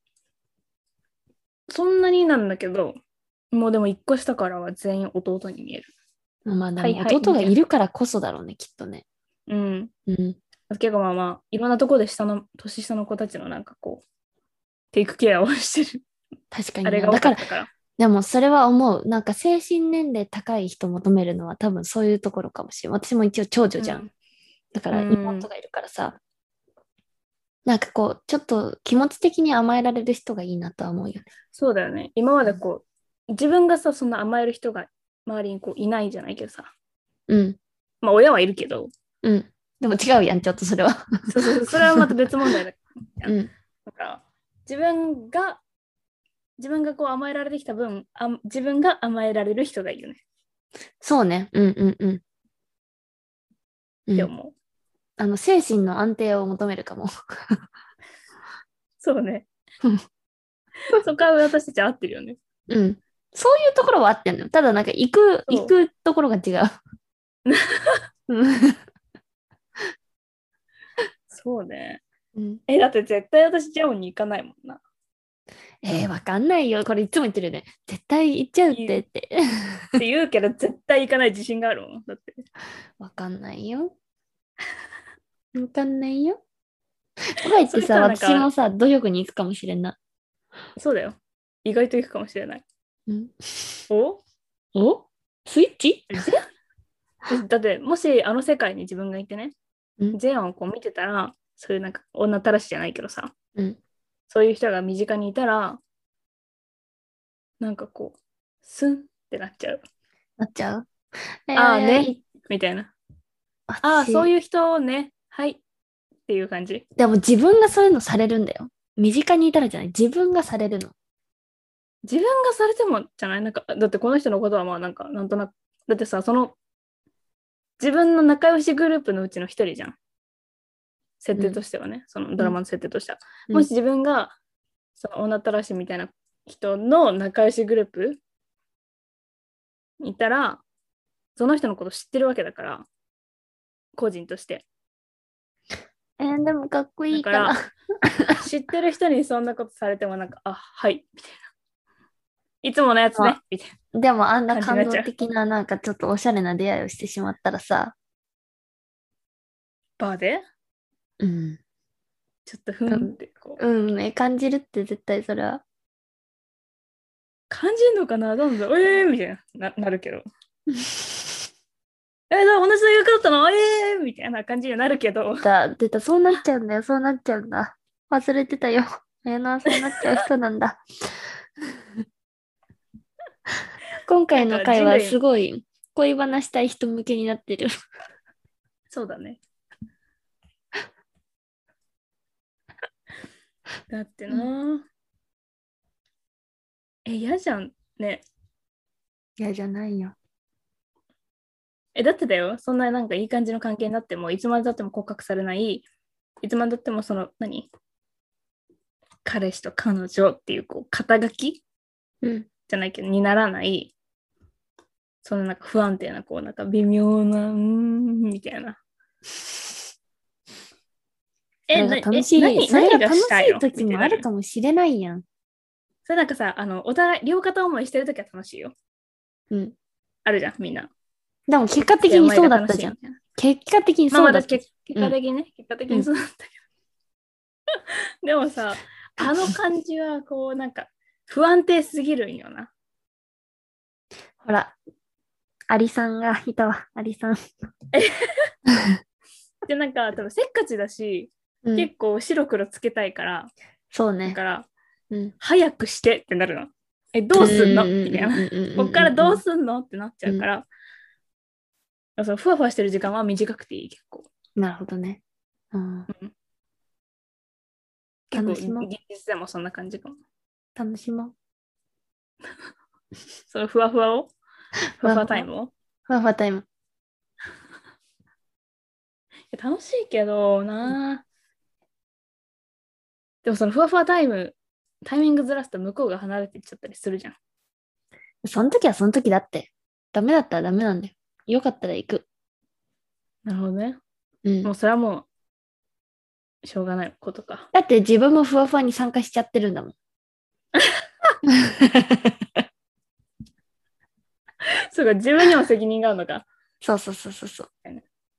S2: そんなになんだけど、もうでも1個下からは全員弟に見える。
S1: まあで
S2: はい
S1: も
S2: はい
S1: 弟がいるからこそだろうね、きっとね。
S2: うん。
S1: うん。
S2: 結構まあまあ、いろんなとこで下の、年下の子たちのなんかこう、テイクケアをして る。
S1: 確かにな。
S2: あれが多
S1: だ
S2: か
S1: か
S2: っ
S1: ら、
S2: たから。
S1: でもそれは思う。なんか精神年齢高い人求めるのは多分そういうところかもしれない。私も一応長女じゃん。
S2: うん
S1: だから
S2: うん
S1: 妹がいるからさ。なんかこう、ちょっと気持ち的に甘えられる人がいいなとは思うよね。
S2: そうだよね。今までこう、自分がさ、そんな甘える人が周りにこういないじゃないけどさ。
S1: うん。
S2: まあ親はいるけ ど、
S1: うん。でも違うやん、ちょっとそれは。
S2: そうそうそうそれはまた別問題だ
S1: うん。
S2: だから自分が自分がこう甘えられてきた分あ自分が甘えられる人がいいよね
S1: そうね。うんうんうん。う
S2: って
S1: ん、
S2: 思う、
S1: あの精神の安定を求めるかも。
S2: そうね
S1: うん
S2: そこは私たち合ってるよね
S1: うん。そういうところはあってんのよ。ただなんか行く、
S2: そう
S1: 行くところが違う。うん
S2: そうねえだって絶対私ジャオに行かないもんな
S1: えー、わかんないよ。これいつも言ってるよね。絶対行っちゃうってって。
S2: って言うけど絶対行かない自信があるもんだって
S1: わかんないよ。わかんないよ。とか言ってさ、
S2: それさ
S1: 私
S2: なんか
S1: もさ、努力に行くかもしれんな。
S2: そうだよ意外と行くかもしれない
S1: うん、
S2: お
S1: おスイッチ
S2: だってもしあの世界に自分がいてね、
S1: うん
S2: ゼアンをこう見てたらそういうなんか女たらしじゃないけどさ、
S1: うん
S2: そういう人が身近にいたらなんかこうスンってなっちゃう
S1: なっちゃうえ
S2: あーねみたいなああそう
S1: う。
S2: いう人をねはいっていう感じ
S1: でも自分がそういうのされるんだよ。身近にいたらじゃない。自分がされるの。
S2: 自分がされてもじゃないなんかだってこの人のことはまあなんかなんとなくだってさその自分の仲良しグループのうちの一人じゃん設定としてはね、そのドラマの設定としては、
S1: うん
S2: もし自分がその女たらしみたいな人の仲良しグループにいたらその人のこと知ってるわけだから個人として
S1: えー、でもかっこいいか
S2: だから
S1: ら。
S2: 知ってる人にそんなことされてもなんかあはいみたいないつものやつねみたいな
S1: でもあんな
S2: 感
S1: 感
S2: じになっ
S1: 動
S2: ちゃう
S1: 的ななんかちょっとおしゃれな出会いをしてしまったらさ、
S2: バーで
S1: うん、
S2: ちょっとふんってこう、
S1: うん、ね、感じるって絶対それは。
S2: 感じるのかなどうなんだろうええー、みたいなななるけど。えー、だ同じ大学だったのええー、みたいな感じになるけど。
S1: だ、出た、そうなっちゃうんだよ、そうなっちゃうんだ。忘れてたよ。綾菜はそうなっちゃう人なんだ。今回の回はすごい恋話したい人向けになってる。
S2: そうだね。だってな、え、嫌じゃん。ね。
S1: いやじゃないよ。
S2: え、だってだよ。そんななんかいい感じの関係になっても、いつまでたっても告白されない、いつまでたってもその、何彼氏と彼女っていう、こう、肩書き
S1: うん。
S2: じゃないけど、にならない、そのなんか不安定な、こう、なんか微妙な、うーん、みたい な。え、
S1: それ
S2: な
S1: が
S2: え
S1: 楽し
S2: 何
S1: い。それが
S2: 何
S1: 楽し
S2: したの
S1: い時もある
S2: みたいな
S1: かもしれないやん。
S2: それなんかさ、あの、お互い、両片思いしてるときは楽しいよ。
S1: うん。
S2: あるじゃん、みんな。
S1: でも結果的にそうだったじゃん。
S2: ん。
S1: 結果的に
S2: まあ
S1: そ
S2: ま
S1: うだ
S2: あ
S1: っ
S2: 私
S1: た。
S2: 結結果的にね、結果的にそうだったけど。でもさ、あの感じはこうなんか不安定すぎるんよな。
S1: ほら、アリさんがいたわ、アリさん。
S2: でなんか多分せっかちだし、
S1: うん
S2: 結構白黒つけたいから、
S1: そう
S2: だ
S1: ね。
S2: から
S1: うん
S2: 早くしてってなるの。え、どうすんの
S1: ううう
S2: みたい な。
S1: うんうんうんうん
S2: こっからどうすんのってなっちゃうから、そのふわふわしてる時間は短くていい結構。
S1: なるほどね。うん、
S2: 結構
S1: 楽
S2: 現
S1: しもう
S2: 実でもそんな感じかも。
S1: 楽しもう。
S2: そのふわふわ をふわふわタイムを
S1: ふわふわタイム。
S2: いや楽しいけどな、でもそのふわふわタイムタイミングずらすと向こうが離れていっちゃったりするじゃん
S1: その時はその時だって。ダメだったらダメなんだよ。よかったら行く。
S2: なるほどね
S1: うん、
S2: もうそれはもうしょうがないことか
S1: だって自分もふわふわに参加しちゃってるんだもん。
S2: そうか自分にも責任があるのか
S1: そうそうそうそうそう。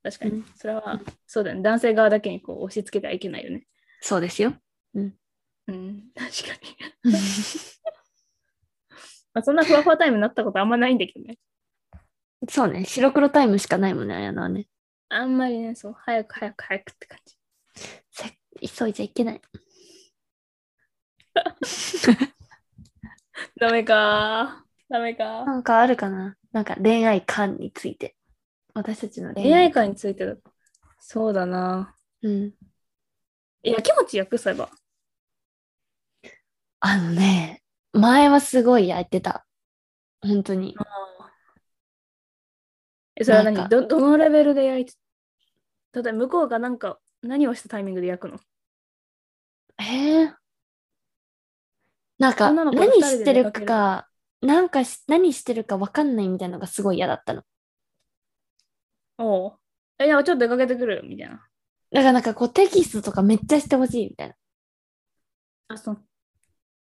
S2: 確かに、
S1: うん
S2: それはそうだよね男性側だけにこう押し付けてはいけないよね
S1: そうです よ。
S2: うん確かにまあそんなふわふわタイムになったことあんまないんだけどね
S1: そうね。白黒タイムしかないもんね、あやなはね。
S2: あんまりねそう早く早く早くって感じ
S1: せ急いじゃいけない。
S2: ダメかーダメかー
S1: なんかあるかななんか恋愛観について。私たちの恋
S2: 恋
S1: 愛
S2: 愛観についてだそうだな。
S1: うん。
S2: いや、気持ち訳せば。
S1: あのね、前はすごいやってた。本当に。
S2: え、それは何
S1: なんか
S2: どどのレベルで焼いて例えば向こうがなんか何をしたタイミングで焼くの
S1: えー、なんか
S2: 女の子
S1: 何
S2: 二人
S1: し
S2: で
S1: て
S2: 出
S1: る
S2: かける
S1: か、なんかし何してるか分かんないみたいなのがすごい嫌だったの。
S2: おうえ、なんかちょっと出かけてくるみたいな。
S1: だからなんかこうテキストとかめっちゃしてほしいみたいな。
S2: あ、その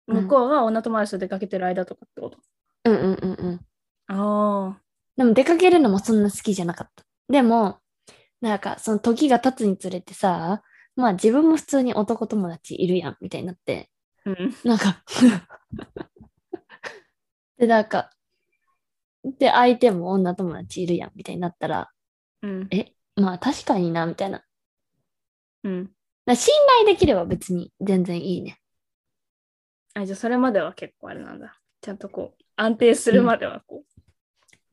S1: うん
S2: 向こうが女友達と出かけてる間とかってこと。
S1: うんうんうんうん。
S2: ああ。
S1: でも出かけるのもそんな好きじゃなかった。でも、なんかその時が経つにつれてさ、まあ自分も普通に男友達いるやんみたいになって、
S2: うん。
S1: なんか、で、なんか、で、相手も女友達いるやんみたいになったら、
S2: うん。
S1: え、まあ確かにな、みたいな。だか
S2: うん。
S1: ら信頼できれば別に全然いいね。
S2: あ、じゃあそれまでは結構あれなんだ。ちゃんとこう、安定するまではこ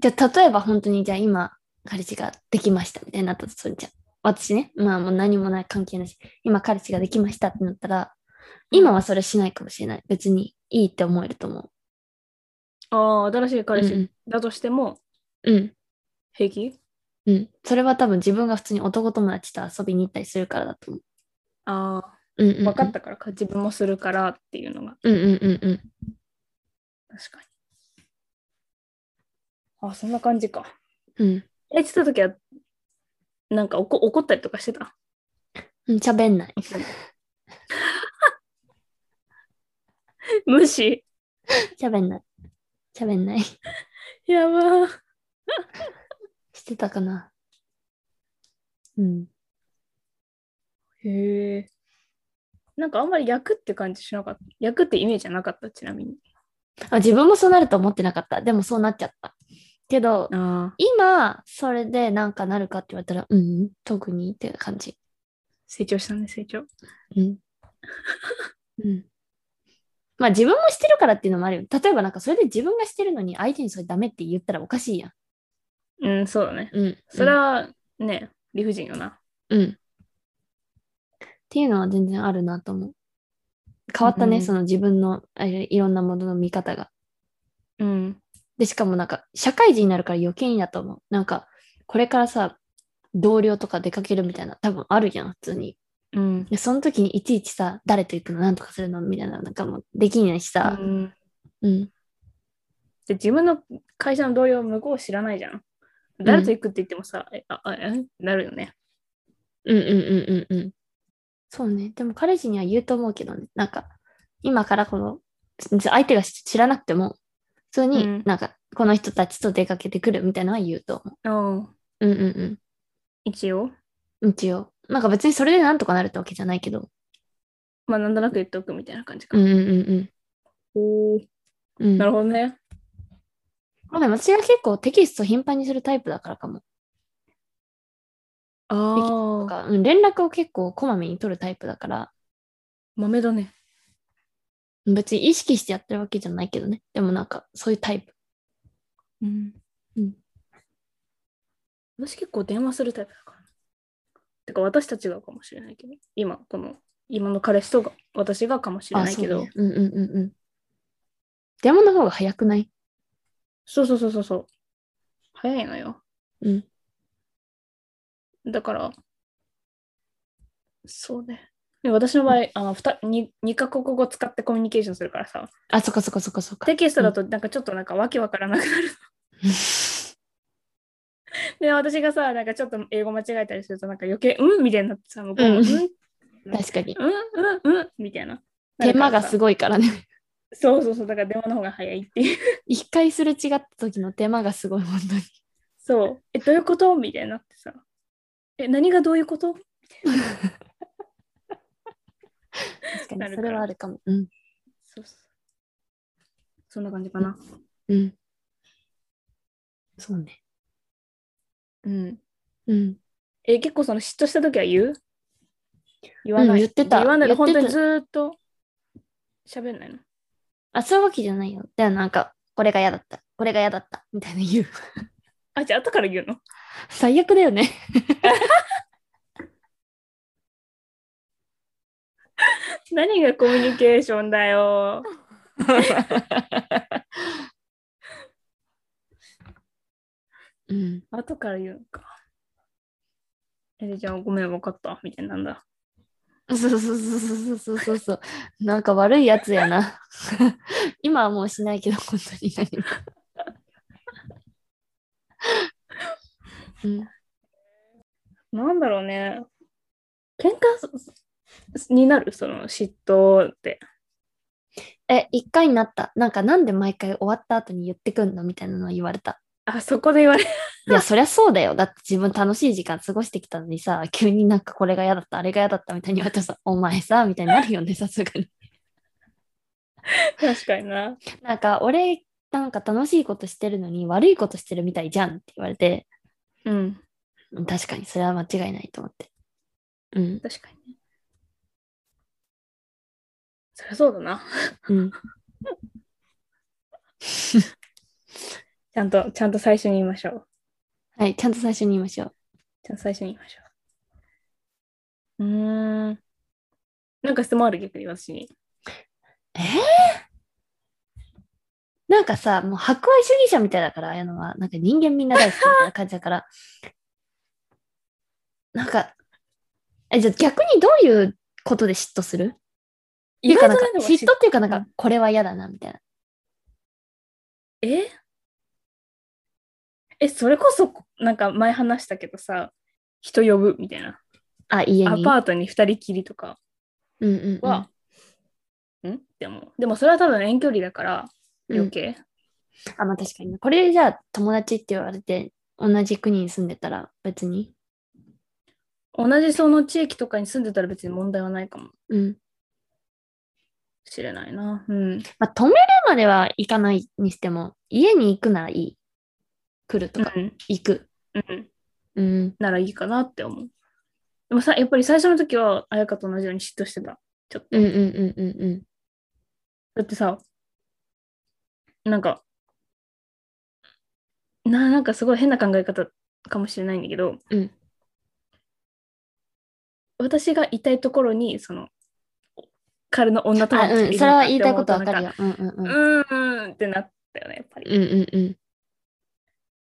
S1: じゃあ例えば本当にじゃあ今、彼氏ができましたみたいになったとするじゃん。私ね、まあもう何もない関係なし、今彼氏ができましたってなったら、今はそれしないかもしれない。別にいいって思えると思。
S2: う。ああ、新しいう彼氏
S1: うん
S2: だとしても
S1: うん、うん。
S2: 平気、
S1: うん。それは多分自分が普通に男友達と遊びに行ったりするからだと思う。
S2: ああ、
S1: うんうん、うん。
S2: 分かっ。たからか、自分もするからっていうのが。
S1: うんうんうんうん。
S2: 確かに。あ、そんな感じか。
S1: うん
S2: え、てた時は、なんか怒怒ったりとかしてた。
S1: うん。喋んない。
S2: 無視。
S1: 喋んない。喋んない。
S2: やばー。
S1: してたかな。うん。
S2: へえ。なんかあんまり焼くって感じしなかった。焼くってイメージはなかった、ちなみに。
S1: あ自分もそうなると思ってなかった。でもそうなっちゃった。けど、
S2: ああ。
S1: 今、それでなんかなるかって言われたら、うん、特にって感じ。
S2: 成長したね、成長。
S1: うん。 うん。まあ自分もしてるからっていうのもあるよ。例えばなんかそれで自分がしてるのに相手にそれダメって言ったらおかしいやん。
S2: うん、そうだね。
S1: うん。
S2: それはね、理不尽よな。
S1: うん。っていうのは全然あるなと思う。変わったね、
S2: うん
S1: その自分のあれいろんなものの見方が。
S2: うん。
S1: で、しかもなんか社会人になるから余計にだと思う。なんかこれからさ、同僚とか出かけるみたいな、多分あるじゃん、普通に。
S2: うん。
S1: で、その時にいちいちさ、誰と行くの、なんとかするのみたいな、なんかもうできないしさ
S2: う。ん
S1: うん。
S2: で自分の会社の同僚向こう知らないじゃん。誰と行くって言ってもさ、えああえなるよね。
S1: うんうんうんうんうん。そうね。でも彼氏には言うと思うけどね。なんか、今からこの、相手が知らなくても、普通
S2: うん
S1: になんか、この人たちと出かけてくるみたいなのは言うと思
S2: うん。
S1: う。うんうん
S2: 一応。
S1: うん。一応。なんか別にそれでなんとかなるってわけじゃないけど。
S2: まあ、なんとなく言っておくみたいな感じか。
S1: うんうんうん
S2: おー
S1: うん。うん、
S2: な
S1: る
S2: るほどね。
S1: ほど。でも私が結構テキスト頻繁にするタイプだからかも。
S2: あ
S1: と
S2: あ。
S1: か、うん、連絡を結構こまめに取るタイプだから、
S2: 豆だね。
S1: 別に意識してやってるわけじゃないけどね。でもなんか、そういうタイプ。
S2: うん。
S1: うん
S2: 私結構電話するタイプだから。てか私たちがかもしれないけど、今、この、今の彼氏とが私がかもしれないけど、
S1: あそうね、うんうんうんうん。電話の方が早くない
S2: そうそうそうそうそう。早いのよ。
S1: うん。
S2: だから、そうね。で私の場合、あの 2, 2, 2カ国語使ってコミュニケーションするからさ、
S1: あ、そっかそっかそっかそっか。
S2: テキストだとなんかちょっとなんかわけわからなくなる。 で、私がさ、なんかちょっと英語間違えたりすると、なんか余計、うんみたいになってさ、向こうも、
S1: うん
S2: うん、
S1: 確かに。
S2: うん、うん、うんみたいな。
S1: 手間がす
S2: ご
S1: ご
S2: い。
S1: いからね。
S2: そうそうそう、だから電話の方が早いっていう。
S1: 一回すれ違った時の手間がすごい、本当に。
S2: そう。え、どういうことみたいになってさ。え、何がどういうこと
S1: 確か
S2: な
S1: に、
S2: る
S1: そ
S2: から
S1: れはあるかも。うん。
S2: そうそう。そんな感じかな。
S1: うん。そうね。
S2: うん。
S1: うん。
S2: え、結構その嫉妬した時は言う言わない、
S1: うん言ってた
S2: 言わない
S1: 言
S2: で
S1: っ
S2: 本
S1: て
S2: 当
S1: た
S2: にずーっと喋んないの。
S1: あ、そういうわけじゃないよ。でもなんか、これが嫌だった。これが嫌だった。みたいな言う。
S2: あ、じゃあ後から言うの
S1: 最悪だよね。
S2: 何がコミュニケーションだよ。
S1: うん。
S2: 後から言うのか。え、じゃあごめん、分かった。みたいなんだ。
S1: そうそうそうそうそうそうそう。なんか悪いやつやな。今はもうしないけど、本当に何も。うん、
S2: なんだろうね。喧嘩になるその嫉妬って。
S1: え、一回になった。なんかなんで毎回終わった後に言ってくんのみたいなの言われた。
S2: あ、そこで言われる。
S1: いや、そりゃそうだよ。だって自分楽しい時間過ごしてきたのにさ、急になんかこれが嫌だった、あれが嫌だったみたいに言われてさ、お前さ、みたいになるよね、さすがに。
S2: 確かにな。
S1: なんか俺、なんか楽しいことしてるのに悪いことしてるみたいじゃんって言われて、
S2: うん。
S1: うん確かにそれは間違いないと思って。うん。
S2: 確かにね。そりゃそうだな。
S1: うん。
S2: ちゃんと、ちゃんと最初に言いましょう。
S1: はい、ちゃんと最初に言いましょう。
S2: ちゃんと最初に言いましょう。うーん。なんか質問ある逆に私に。
S1: なんかさ、もう博愛主義者みたいだから、ああいうのは、なんか人間みんな大好きみたいな感じだから、なんか、え、じゃあ逆にどういうことで嫉妬するっていうか、なんか
S2: 意外とねでも
S1: 嫉妬っていうか、なん
S2: う
S1: か、これは嫌だな、みたいな。
S2: ええ、それこそ、なんか前話したけどさ、人呼ぶみたいな。
S1: あ、家
S2: ア
S1: に。
S2: パートに二人きりとか
S1: うんうんうん。
S2: は、んって思う。でもそれは多分遠距離だから、
S1: うん
S2: 余計。
S1: あ、まあ確かに。これじゃあ友達って言われて、同じ国に住んでたら別に。
S2: 同じその地域とかに住んでたら別に問題はないかも。
S1: うん。
S2: しれないな。うん。
S1: まあ、止めるまでは行かないにしても、家に行くならいい。来るとか、
S2: うん。
S1: 行く。
S2: うん。
S1: うん。
S2: ならいいかなって思う。でもさ、やっぱり最初の時は、彩香と同じように嫉妬してた。ちょっと。
S1: うんうんうんうんうん。
S2: だってさ、なんか、ななんかすごい変な考え方かもしれないんだけど、
S1: うん
S2: 私がいたいところに、その、彼の女友
S1: あ、
S2: 達が
S1: う
S2: るのか
S1: ん。それは言いたいことわかる
S2: っ
S1: よ。うんうんう
S2: て
S1: ん。
S2: 思うと。なんかうーんってなったよね、やっぱり。
S1: うんうんうん。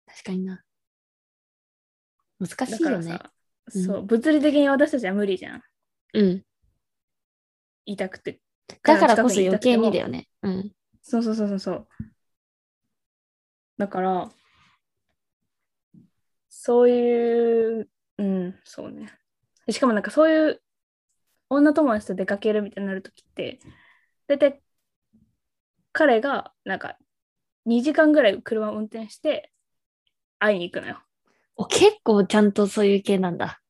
S1: 確かにな。難し
S2: だ
S1: い
S2: か
S1: よ
S2: ら
S1: ね。
S2: さ、そう、物理的に私たちは無理じゃん。
S1: うん。
S2: 痛くて。
S1: だからこそ余計に
S2: だ
S1: だ
S2: よ
S1: よね。うん。
S2: そうそうそうそうそう。だから、そういう、うん、そうね。しかもなんかそういう女友達と出かけるみたいになるときって、大体彼がなんか2時間ぐらい車を運転して会いに行くのよ。
S1: お結構ちゃんとそういう系なんだ。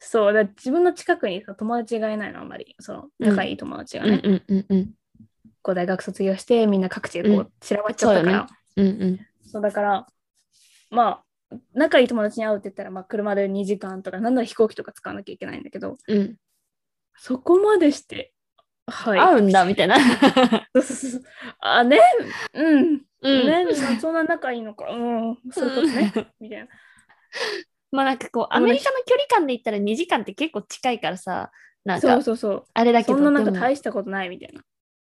S2: そう、だから自分の近くにさ友達がいないの、あんまり。その
S1: うん
S2: 仲いい友達が
S1: うん
S2: ね。
S1: うんうんうん。
S2: こう大学卒業してみんな各地へこ
S1: う
S2: う散らばっちゃった
S1: そう
S2: から。
S1: よねうんうん。
S2: そうだから、まあ、仲いい友達に会うって言ったら、まあ、車で2時間とか、なんなら飛行機とか使わなきゃいけないんだけど、
S1: うん。
S2: そこまでして、はい。
S1: 合うんだみたいな。
S2: そうそうそう あ、ね、うん、
S1: うん。
S2: ね、そんな仲いいのか、うん、そういうことね、みたいな。
S1: まあなんかこう、アメリカの距離感で言ったら2時間って結構近いからさ、なん
S2: そ
S1: か
S2: うそうそう。
S1: あれだけ
S2: そ
S1: ど、
S2: んななんか
S1: でも
S2: 大したことないみたいな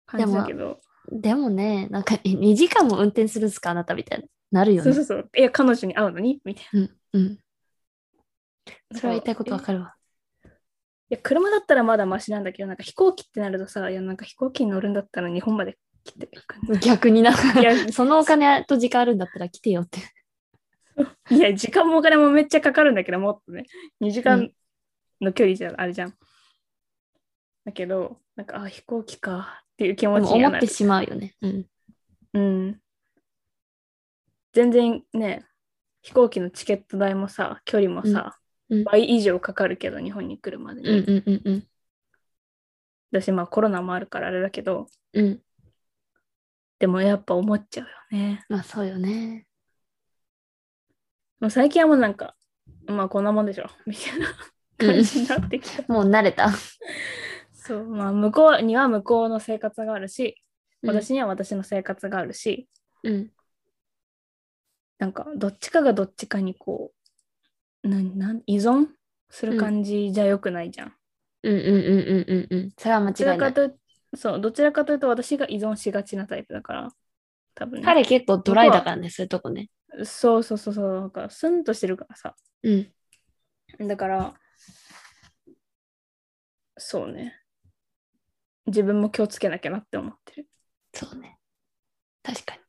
S2: 感じだけど、
S1: でもね、なんかえ2時間も運転するんすかあなたみたいな。なるよ
S2: そうそ
S1: ね。
S2: うそう。いや、彼女に会うのにみたい
S1: うんうん。
S2: な。
S1: それは言いたいことわ
S2: え
S1: かるわ。
S2: いや、車だったらまだマシなんだけど、なんか飛行機ってなるとさ、いや、なんか飛行機に乗るんだったら日本まで来てくれ
S1: 逆にな。
S2: いや、
S1: そのお金と時間あるんだったら来てよ って。
S2: いや、時間もお金もめっちゃかかるんだけど、もっとね、2時
S1: う
S2: 間
S1: ん
S2: の距離じゃあれじゃん。だけど、なんか、あ、飛行機かっていう気持
S1: で
S2: ち
S1: も
S2: に
S1: 思
S2: は
S1: っ
S2: な
S1: て
S2: る。
S1: しまうよね。うん。
S2: うん。全然ね、飛行機のチケット代もさ、距離もさ、
S1: うんうん
S2: 倍以上かかるけど、日本に来るまで
S1: うん
S2: に。
S1: うんうんうん。
S2: だし、まあコロナもあるからあれだけど、
S1: うん。
S2: でもやっぱ思っちゃうよね。
S1: まあそうよね。
S2: もう最近はもうなんか、まあこんなもんでしょ、みたいな感じになってきた。
S1: もう慣れた。
S2: そう、まあ、向こうには向こうの生活があるし、私には私の生活があるし、
S1: うん。
S2: なんか、どっちかがどっちかにこう、なんなん依存する感じじゃ良くないじゃん。
S1: うんうんうんうんうんうん。それは間
S2: どちら
S1: 違いな
S2: か
S1: い。
S2: というそう、どちらかというと私が依存しがちなタイプだから、多分ね。
S1: 彼結構ドライだからね、そういうとこね。
S2: そうそうそうそう、なんか、スンとしてるからさ。
S1: うん。
S2: だから、そうね。自分も気をつけなきゃなって思ってる。
S1: そうね。確か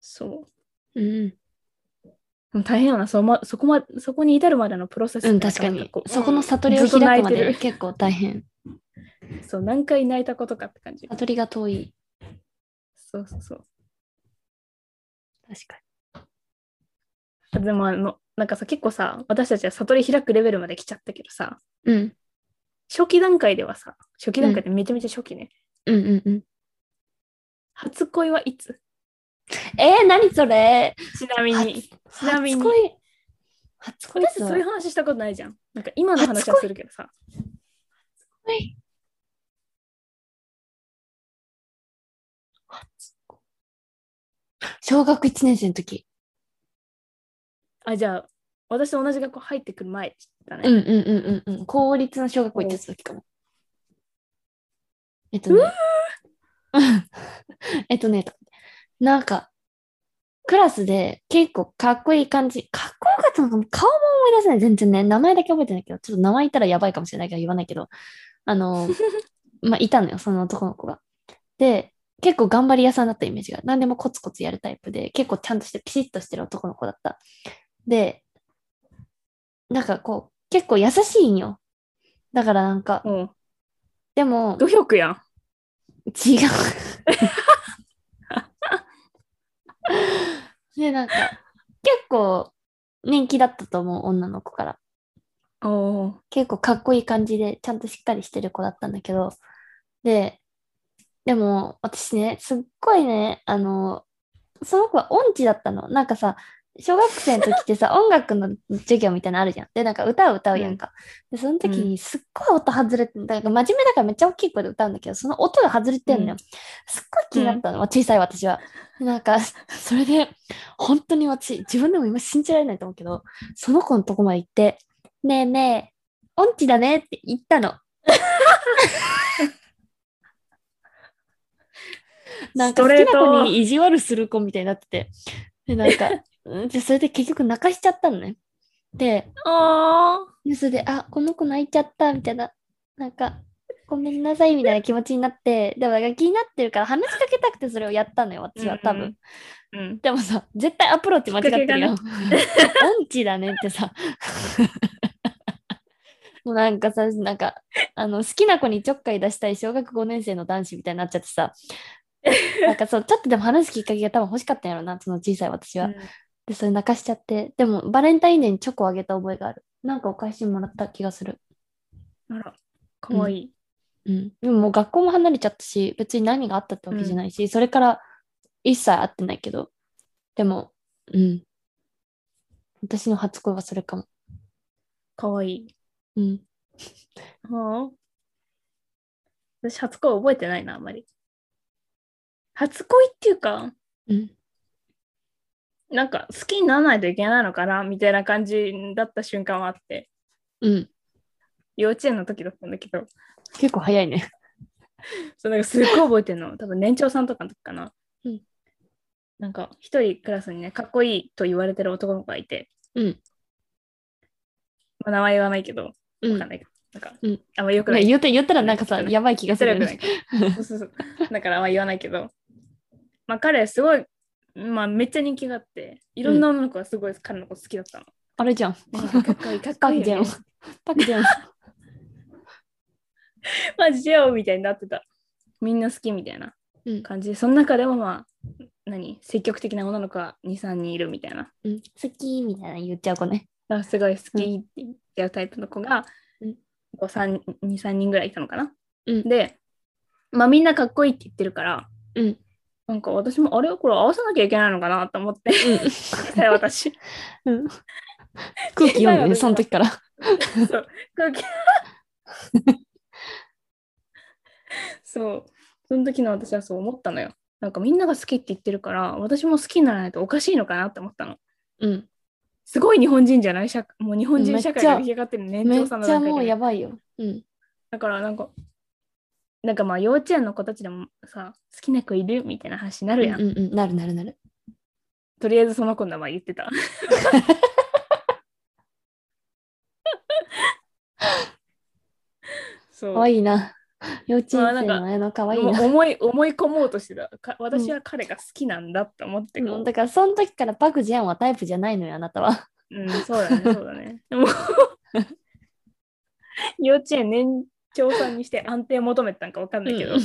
S2: そう。
S1: に。うん。
S2: でも大変よなそ,、ま、そこまそこに至るまでのプロセス
S1: う
S2: って
S1: ん、
S2: な
S1: 確か
S2: な
S1: に
S2: こ。う
S1: そこの悟り
S2: う
S1: を
S2: んずっと
S1: 開
S2: 泣
S1: くま
S2: い
S1: で
S2: てる
S1: 結構大変。
S2: そう何回泣いたことかって感じ
S1: 悟りが遠い。
S2: そうそうそう
S1: 確か
S2: あでもあのなんかさ結構さ私たちは悟り開くレベルまで来ちゃったけどさ
S1: に。うん。
S2: 初期段階ではさ初期段階ってめちゃめちゃ初期ね、
S1: うんうんうん。
S2: 初恋はいつ
S1: えー、何それ
S2: ちなみに
S1: 初
S2: ちなみに
S1: 初恋。初恋
S2: 私
S1: で
S2: たち
S1: す
S2: そういう話したことないじゃんなんか今の話はするけどさ
S1: 恋小学1年生の時。
S2: あじゃあ私と同じ学校入ってくる前だね、
S1: うんうんうんうんうん。公立の小学校行ってた時かも。えっとね。 えっとね、なんか、クラスで結構かっこいい感じ、かっこよかったのかも、顔も思い出せない、全然ね、名前だけ覚えてないけど、ちょっと名前言ったらやばいかもしれないから言わないけど、あの、 まあ、いたのよ、その男の子が。で、結構頑張り屋さんだったイメージが、何でもコツコツやるタイプで、結構ちゃんとしてピシッとしてる男の子だった。で、なんかこう、結構優しいんよ。だからなんか、
S2: もう
S1: でも、
S2: 努力やん
S1: 違う。 で、なんか、結構人気だったと思う、女の子から。
S2: おー
S1: 結構かっこいい感じで、ちゃんとしっかりしてる子だったんだけど、で、でも私ね、すっごいね、あの、その子は音痴だったの。なんかさ、小学生の時ってさ、音楽の授業みたいなのあるじゃん。で、なんか歌を歌うやんか。で、その時
S2: う
S1: にすっごい音外れて、だから真面目だからめっちゃ大きい声で歌うんだけど、その音が外れてんのよ。
S2: うん
S1: すっごい気になったの、小さい私は。なんか、それで、本当に私、自分でも今信じられないと思うけど、その子のとこまで行って、ねえねえ、音痴だねって言ったの。なんか好きな子に意地悪する子みたいになってて。で、なんか、 うんでそれで結局泣かしちゃったのね。で、
S2: ああ。
S1: でそれで、あ、この子泣いちゃった、みたいな。なんか、ごめんなさい、みたいな気持ちになって、でもなんか気になってるから話しかけたくてそれをやったのよ、私は多分。
S2: うん。
S1: でもさ、絶対アプローチ間違ってるよ。
S2: き
S1: 音 痴だねってさ。 もうなんかさ、なんか、あの、好きな子にちょっかい出したい小学5年生の男子みたいになっちゃってさ。なん かそう、ちょっとでも話すきっかけが多分欲しかったんやろな、その小さい私は。で、それ泣かしちゃって。でも、バレンタインデーにチョコをあげた覚えがある。なんかお返しもらった気がする。
S2: うんあら、かわいい。
S1: うん。でももう学校も離れちゃったし、別に何があったってわけじゃないし、それから一切会ってないけど。でも、うん。私の初恋はそれかも。
S2: かわいい。
S1: うん。
S2: はあ。私、初恋覚えてないな、あんまり。初恋っていうか、
S1: うん。
S2: なんか好きにならないといけないのかなみたいな感じだった瞬間はあって、
S1: うん。
S2: 幼稚園の時だったんだけど、
S1: 結構早いね。
S2: そうなんかすっごい覚えてるの。多分年長さんとかの時かな。
S1: うん
S2: なんか一人クラスにね、かっこいいと言われてる男の子がいて、
S1: うん。
S2: まあ、名前言わないけど、わ
S1: う
S2: かん
S1: ん。
S2: ないけど、なんか、
S1: うん
S2: あんまよくない。
S1: ね言って言ったらなんかさ、やばい気がするよ
S2: それ
S1: ね。
S2: よくないそうそうそう。だからあんま言わないけど、まあ彼すごい、まあめっちゃ人気があって、いろんな女の子がすごい彼の子好きだったの。
S1: あれじゃん。
S2: なんかかっこいい、 かっ
S1: パ
S2: こい
S1: ク
S2: い
S1: ジェ
S2: よ
S1: ン
S2: ね。。
S1: パクジェン。
S2: マジよみたいになってた。みんな好きみたいな
S1: うん。
S2: 感じで、その中でもまあ、何、積極的な女の子が2、3人いるみたいな。
S1: うん好きみたいなの言っちゃう子ね。
S2: あすごい好きって言ってるタイプの子が、
S1: うん
S2: こう3 2、3人ぐらいいたのかな。
S1: うん
S2: で、まあみんなかっこいいって言ってるから、
S1: うん。
S2: なんか私もあれこれ合わせなきゃいけないのかなと思って、 はい私。
S1: うん。空気読むね、その時から。
S2: そう空気 そうその時の私はそう思ったのよなんかみんなが好きって言ってるから私も好きにならないとおかしいのかなって思ったの
S1: うん。
S2: すごい日本人じゃない社もう日本人社会
S1: めっちゃ
S2: が出来上がってる年
S1: めっ
S2: 長
S1: ち
S2: さんの
S1: ゃ
S2: 段階
S1: もう
S2: で
S1: やばいよ。うん。
S2: だからなんかなんかまあ幼稚園の子たちでもさ好きな子いるみたいな話にな
S1: う
S2: る
S1: ん
S2: やん、
S1: うんうん。なるなるなる。
S2: とりあえずその子の名前言っ てたそう
S1: かわいいな。幼稚
S2: まあ
S1: 園
S2: な
S1: 生
S2: んか
S1: のあのかわいい
S2: もう
S1: な。
S2: 思い 思い込もうとしてたか私は彼が好きなんだって思ってこ
S1: う
S2: うん
S1: だからその時からパク・ジェンはタイプじゃないのよ、あなたは。
S2: うん、そうだねそうだねもう幼稚園年長さんにして安定求めてたんか分かんないけど、
S1: うん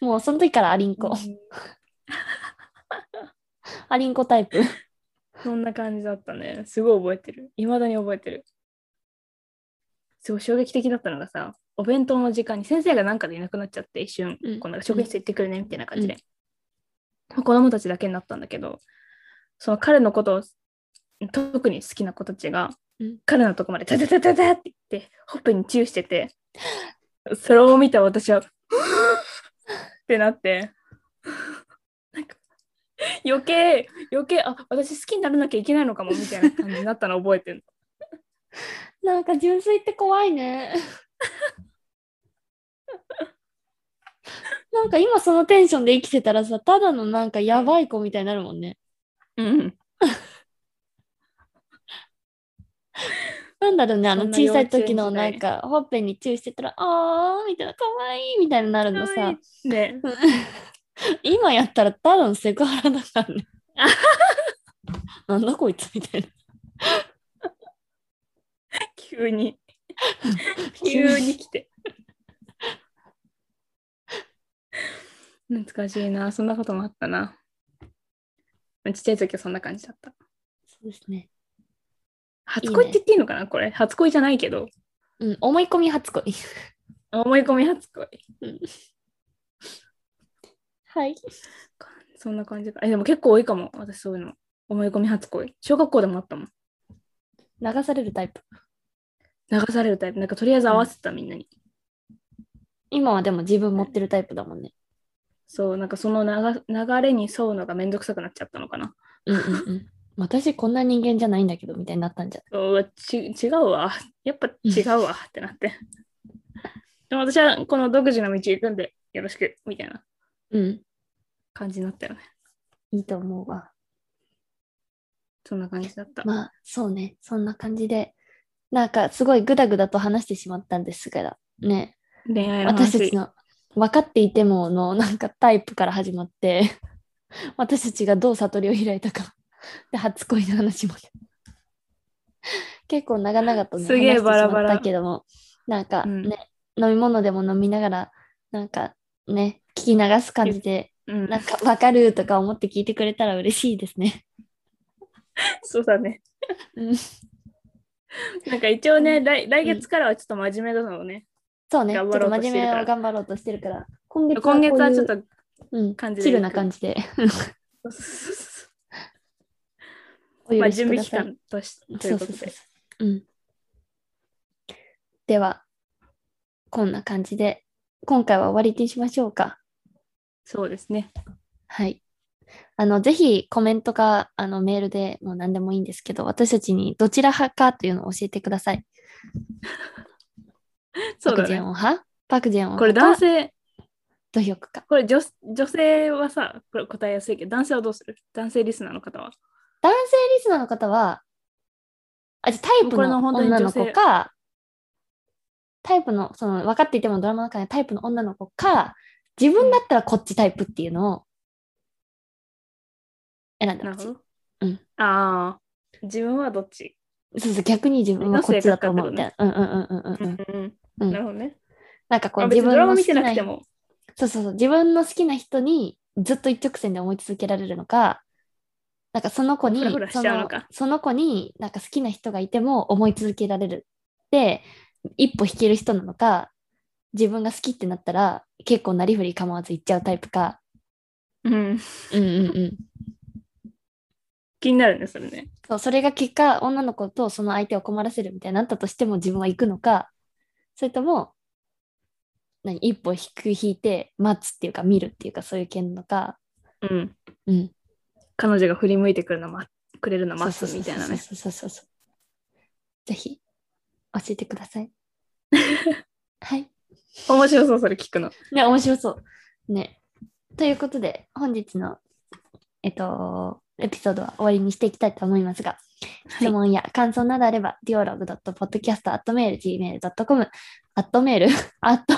S1: もうその時からアリン
S2: う
S1: コ。
S2: ん
S1: アリンコタイ プ。
S2: そんな感じだったねすごい覚えてるいまだに覚えてるすごい衝撃的だったのがさお弁当の時間に先生がなんかでいなくなっちゃって一瞬、
S1: うん
S2: こうなんか職員室行ってくるねみたいな感じで、子供たちだけになったんだけどその彼のことを特に好きな子たちが、
S1: うん
S2: 彼のとこまでタタタタタって言ってほっぺにチューしててそれを見た私は ってなってなんか余計余計あ私好きにならなきゃいけないのかもみたいな感じになったの覚えてる
S1: なんか純粋って怖い ね。なんか今そのテンションで生きてたらさ、ただのなんかやばい子みたいになるもんね。
S2: うん
S1: なんだろうね、あの
S2: そんな
S1: 小さい時
S2: 幼
S1: の
S2: 稚
S1: な
S2: 園
S1: ん
S2: 時代
S1: かほっぺにチューしてたら、あーみたいな、かわいいみたいになるのさ、
S2: ね
S1: 今やったらただのセクハラだから ね。なんだこいつみたいな。
S2: 急に急に来て懐かしいなそんなこともあったなちっちゃい時はそんな感じだった
S1: そうですね。
S2: 初恋って言っていいのかなこれ初恋じゃないけど
S1: うん、思い込み初恋。
S2: う思い込み初恋。
S1: はい。
S2: そんな感じか。え、でも結構多いかも。私そういうの。思い込み初恋。小学校でもあったもん。
S1: 流されるタイプ。
S2: 流されるタイプ。なんかとりあえず合わせてた、みんなに。
S1: 今はでも自分持ってるタイプだもんね。
S2: そう、なんかその流流れに沿うのがめんどくさくなっちゃったのかな。
S1: うんうんうん。私こんな人間じゃないんだけどみたいになったんじゃ
S2: そうち違うわ。やっぱ違うわってなって。でも私はこの独自の道行くんでよろしくみたいな
S1: ない。うん。
S2: 感じになったよね。
S1: いいと思うわ。
S2: そんな感じだった。
S1: まあそうね。そんな感じで。なんかすごいグダグダと話してしまったんですが、ね。
S2: 恋愛の話
S1: 私たちの分かっていてものなんかタイプから始まって、 私たちがどう悟りを開いたか。で、初恋の話まで。結構長々とね、
S2: すげえ
S1: 話してしま
S2: バラバラ
S1: ったけども、なんか
S2: うん
S1: ね、飲み物でも飲みながら、なんかね、聞き流す感じで、
S2: うん
S1: なんか分かるとか思って聞いてくれたら嬉しいですね。
S2: そうだね。
S1: うん
S2: なんか一応ね、
S1: うん
S2: 来来月からはちょっと真面目なのね。
S1: そうね、ちょ
S2: 頑
S1: っ
S2: 張
S1: と
S2: ろうとして
S1: 真面
S2: るから
S1: 目を頑張ろうとしてるから、今月は
S2: 今月はちょっ
S1: と、
S2: と
S1: うん、
S2: 感じで
S1: チルな感じで、お
S2: ま
S1: 許
S2: あ、
S1: し
S2: 準
S1: くだ
S2: 備期
S1: さい。
S2: 間としとい
S1: そう
S2: う
S1: そう
S2: こと
S1: そう
S2: で。
S1: そう。うん。では、こんな感じで、今回は終わりにしましょうか。
S2: そうですね。
S1: はい。あの、ぜひコメントか、あの、メールでもう何でもいいんですけど、私たちにどちら派かというのを教えてください。
S2: そう
S1: パク
S2: だ
S1: ジェン
S2: ね。
S1: オン派パクジェンオン
S2: これ
S1: 派
S2: 男
S1: か
S2: 性、
S1: ドヒョクか。
S2: これ女女性はさ、これ答えやすいけど、男性はどうする男性リスナーの方は。
S1: 男性リスナーの方は、あ、じゃあタイプ
S2: これ
S1: の
S2: の本当に
S1: 女の子
S2: 女性
S1: か、タイプの、その、分かっていてもドラマの中でタイプの女の子か、自分だったらこっちタイプっていうのを選んで
S2: なる
S1: ほ
S2: ほ
S1: しい。
S2: ど。
S1: うん
S2: ああ、自分はどっち、
S1: そうそう、逆に自分はこっちだと思うみたいな。うんうんうんうんうん。
S2: うん
S1: うん
S2: なるほどね。
S1: なんかこ
S2: あ
S1: う
S2: 別
S1: 自
S2: に
S1: 分
S2: ドラマ
S1: の好
S2: 見て
S1: き
S2: な
S1: な
S2: くて
S1: 人、
S2: も。
S1: そうそうそう、自分の好きな人にずっと一直線で思い続けられるのか、なんかその子に
S2: フラフラし
S1: そ
S2: ちゃうの
S1: の
S2: か
S1: その子になんか好きな人がいても思い続けられるで一歩引ける人なのか自分が好きってなったら結構なりふり構わず行っちゃうタイプか
S2: うん、
S1: うんうんうん
S2: 気になるね、それね。
S1: そうそれが結果女の子とその相手を困らせるみたいになったとしても自分は行くのかそれとも何一歩引く引いて待つっていうか見るっていうかそういう系なのか
S2: うん。
S1: うん
S2: 彼女が振り向いてくるのまくれるの
S1: そう
S2: 待
S1: そう
S2: つ
S1: そう
S2: みたいなね。
S1: そうそうそうそう。ぜひ、教えてくださ い。はい。
S2: 面白そう、それ聞くの。
S1: ね、面白そう。ね。ということで、本日の、えっと、エピソードは終わりにしていきたいと思いますが、質問や感想などあれば、dialog.podcast.gmail.com、アットメール、アット、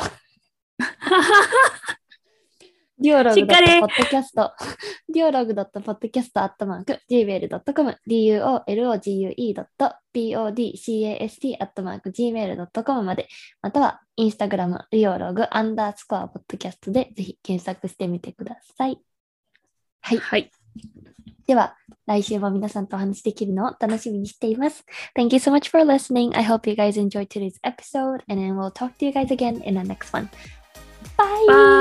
S1: ディオロ
S2: し
S1: グ
S2: っかり
S1: ポッドキャスト、 ディオログポッドキャストアットマーク、gmail.com、duologue.podcast アットマーク、gmail.com まで、または、インスタグラム、ディオログアンダースコアポッドキャストで、ぜひ検索してみてください。はい。
S2: はい。
S1: では、来週も皆さんとお話しできるのを楽しみにしています。Thank you so much for listening. I hope you guys enjoyed today's episode, and then we'll talk to you guys again in the next one. Bye!
S2: バイ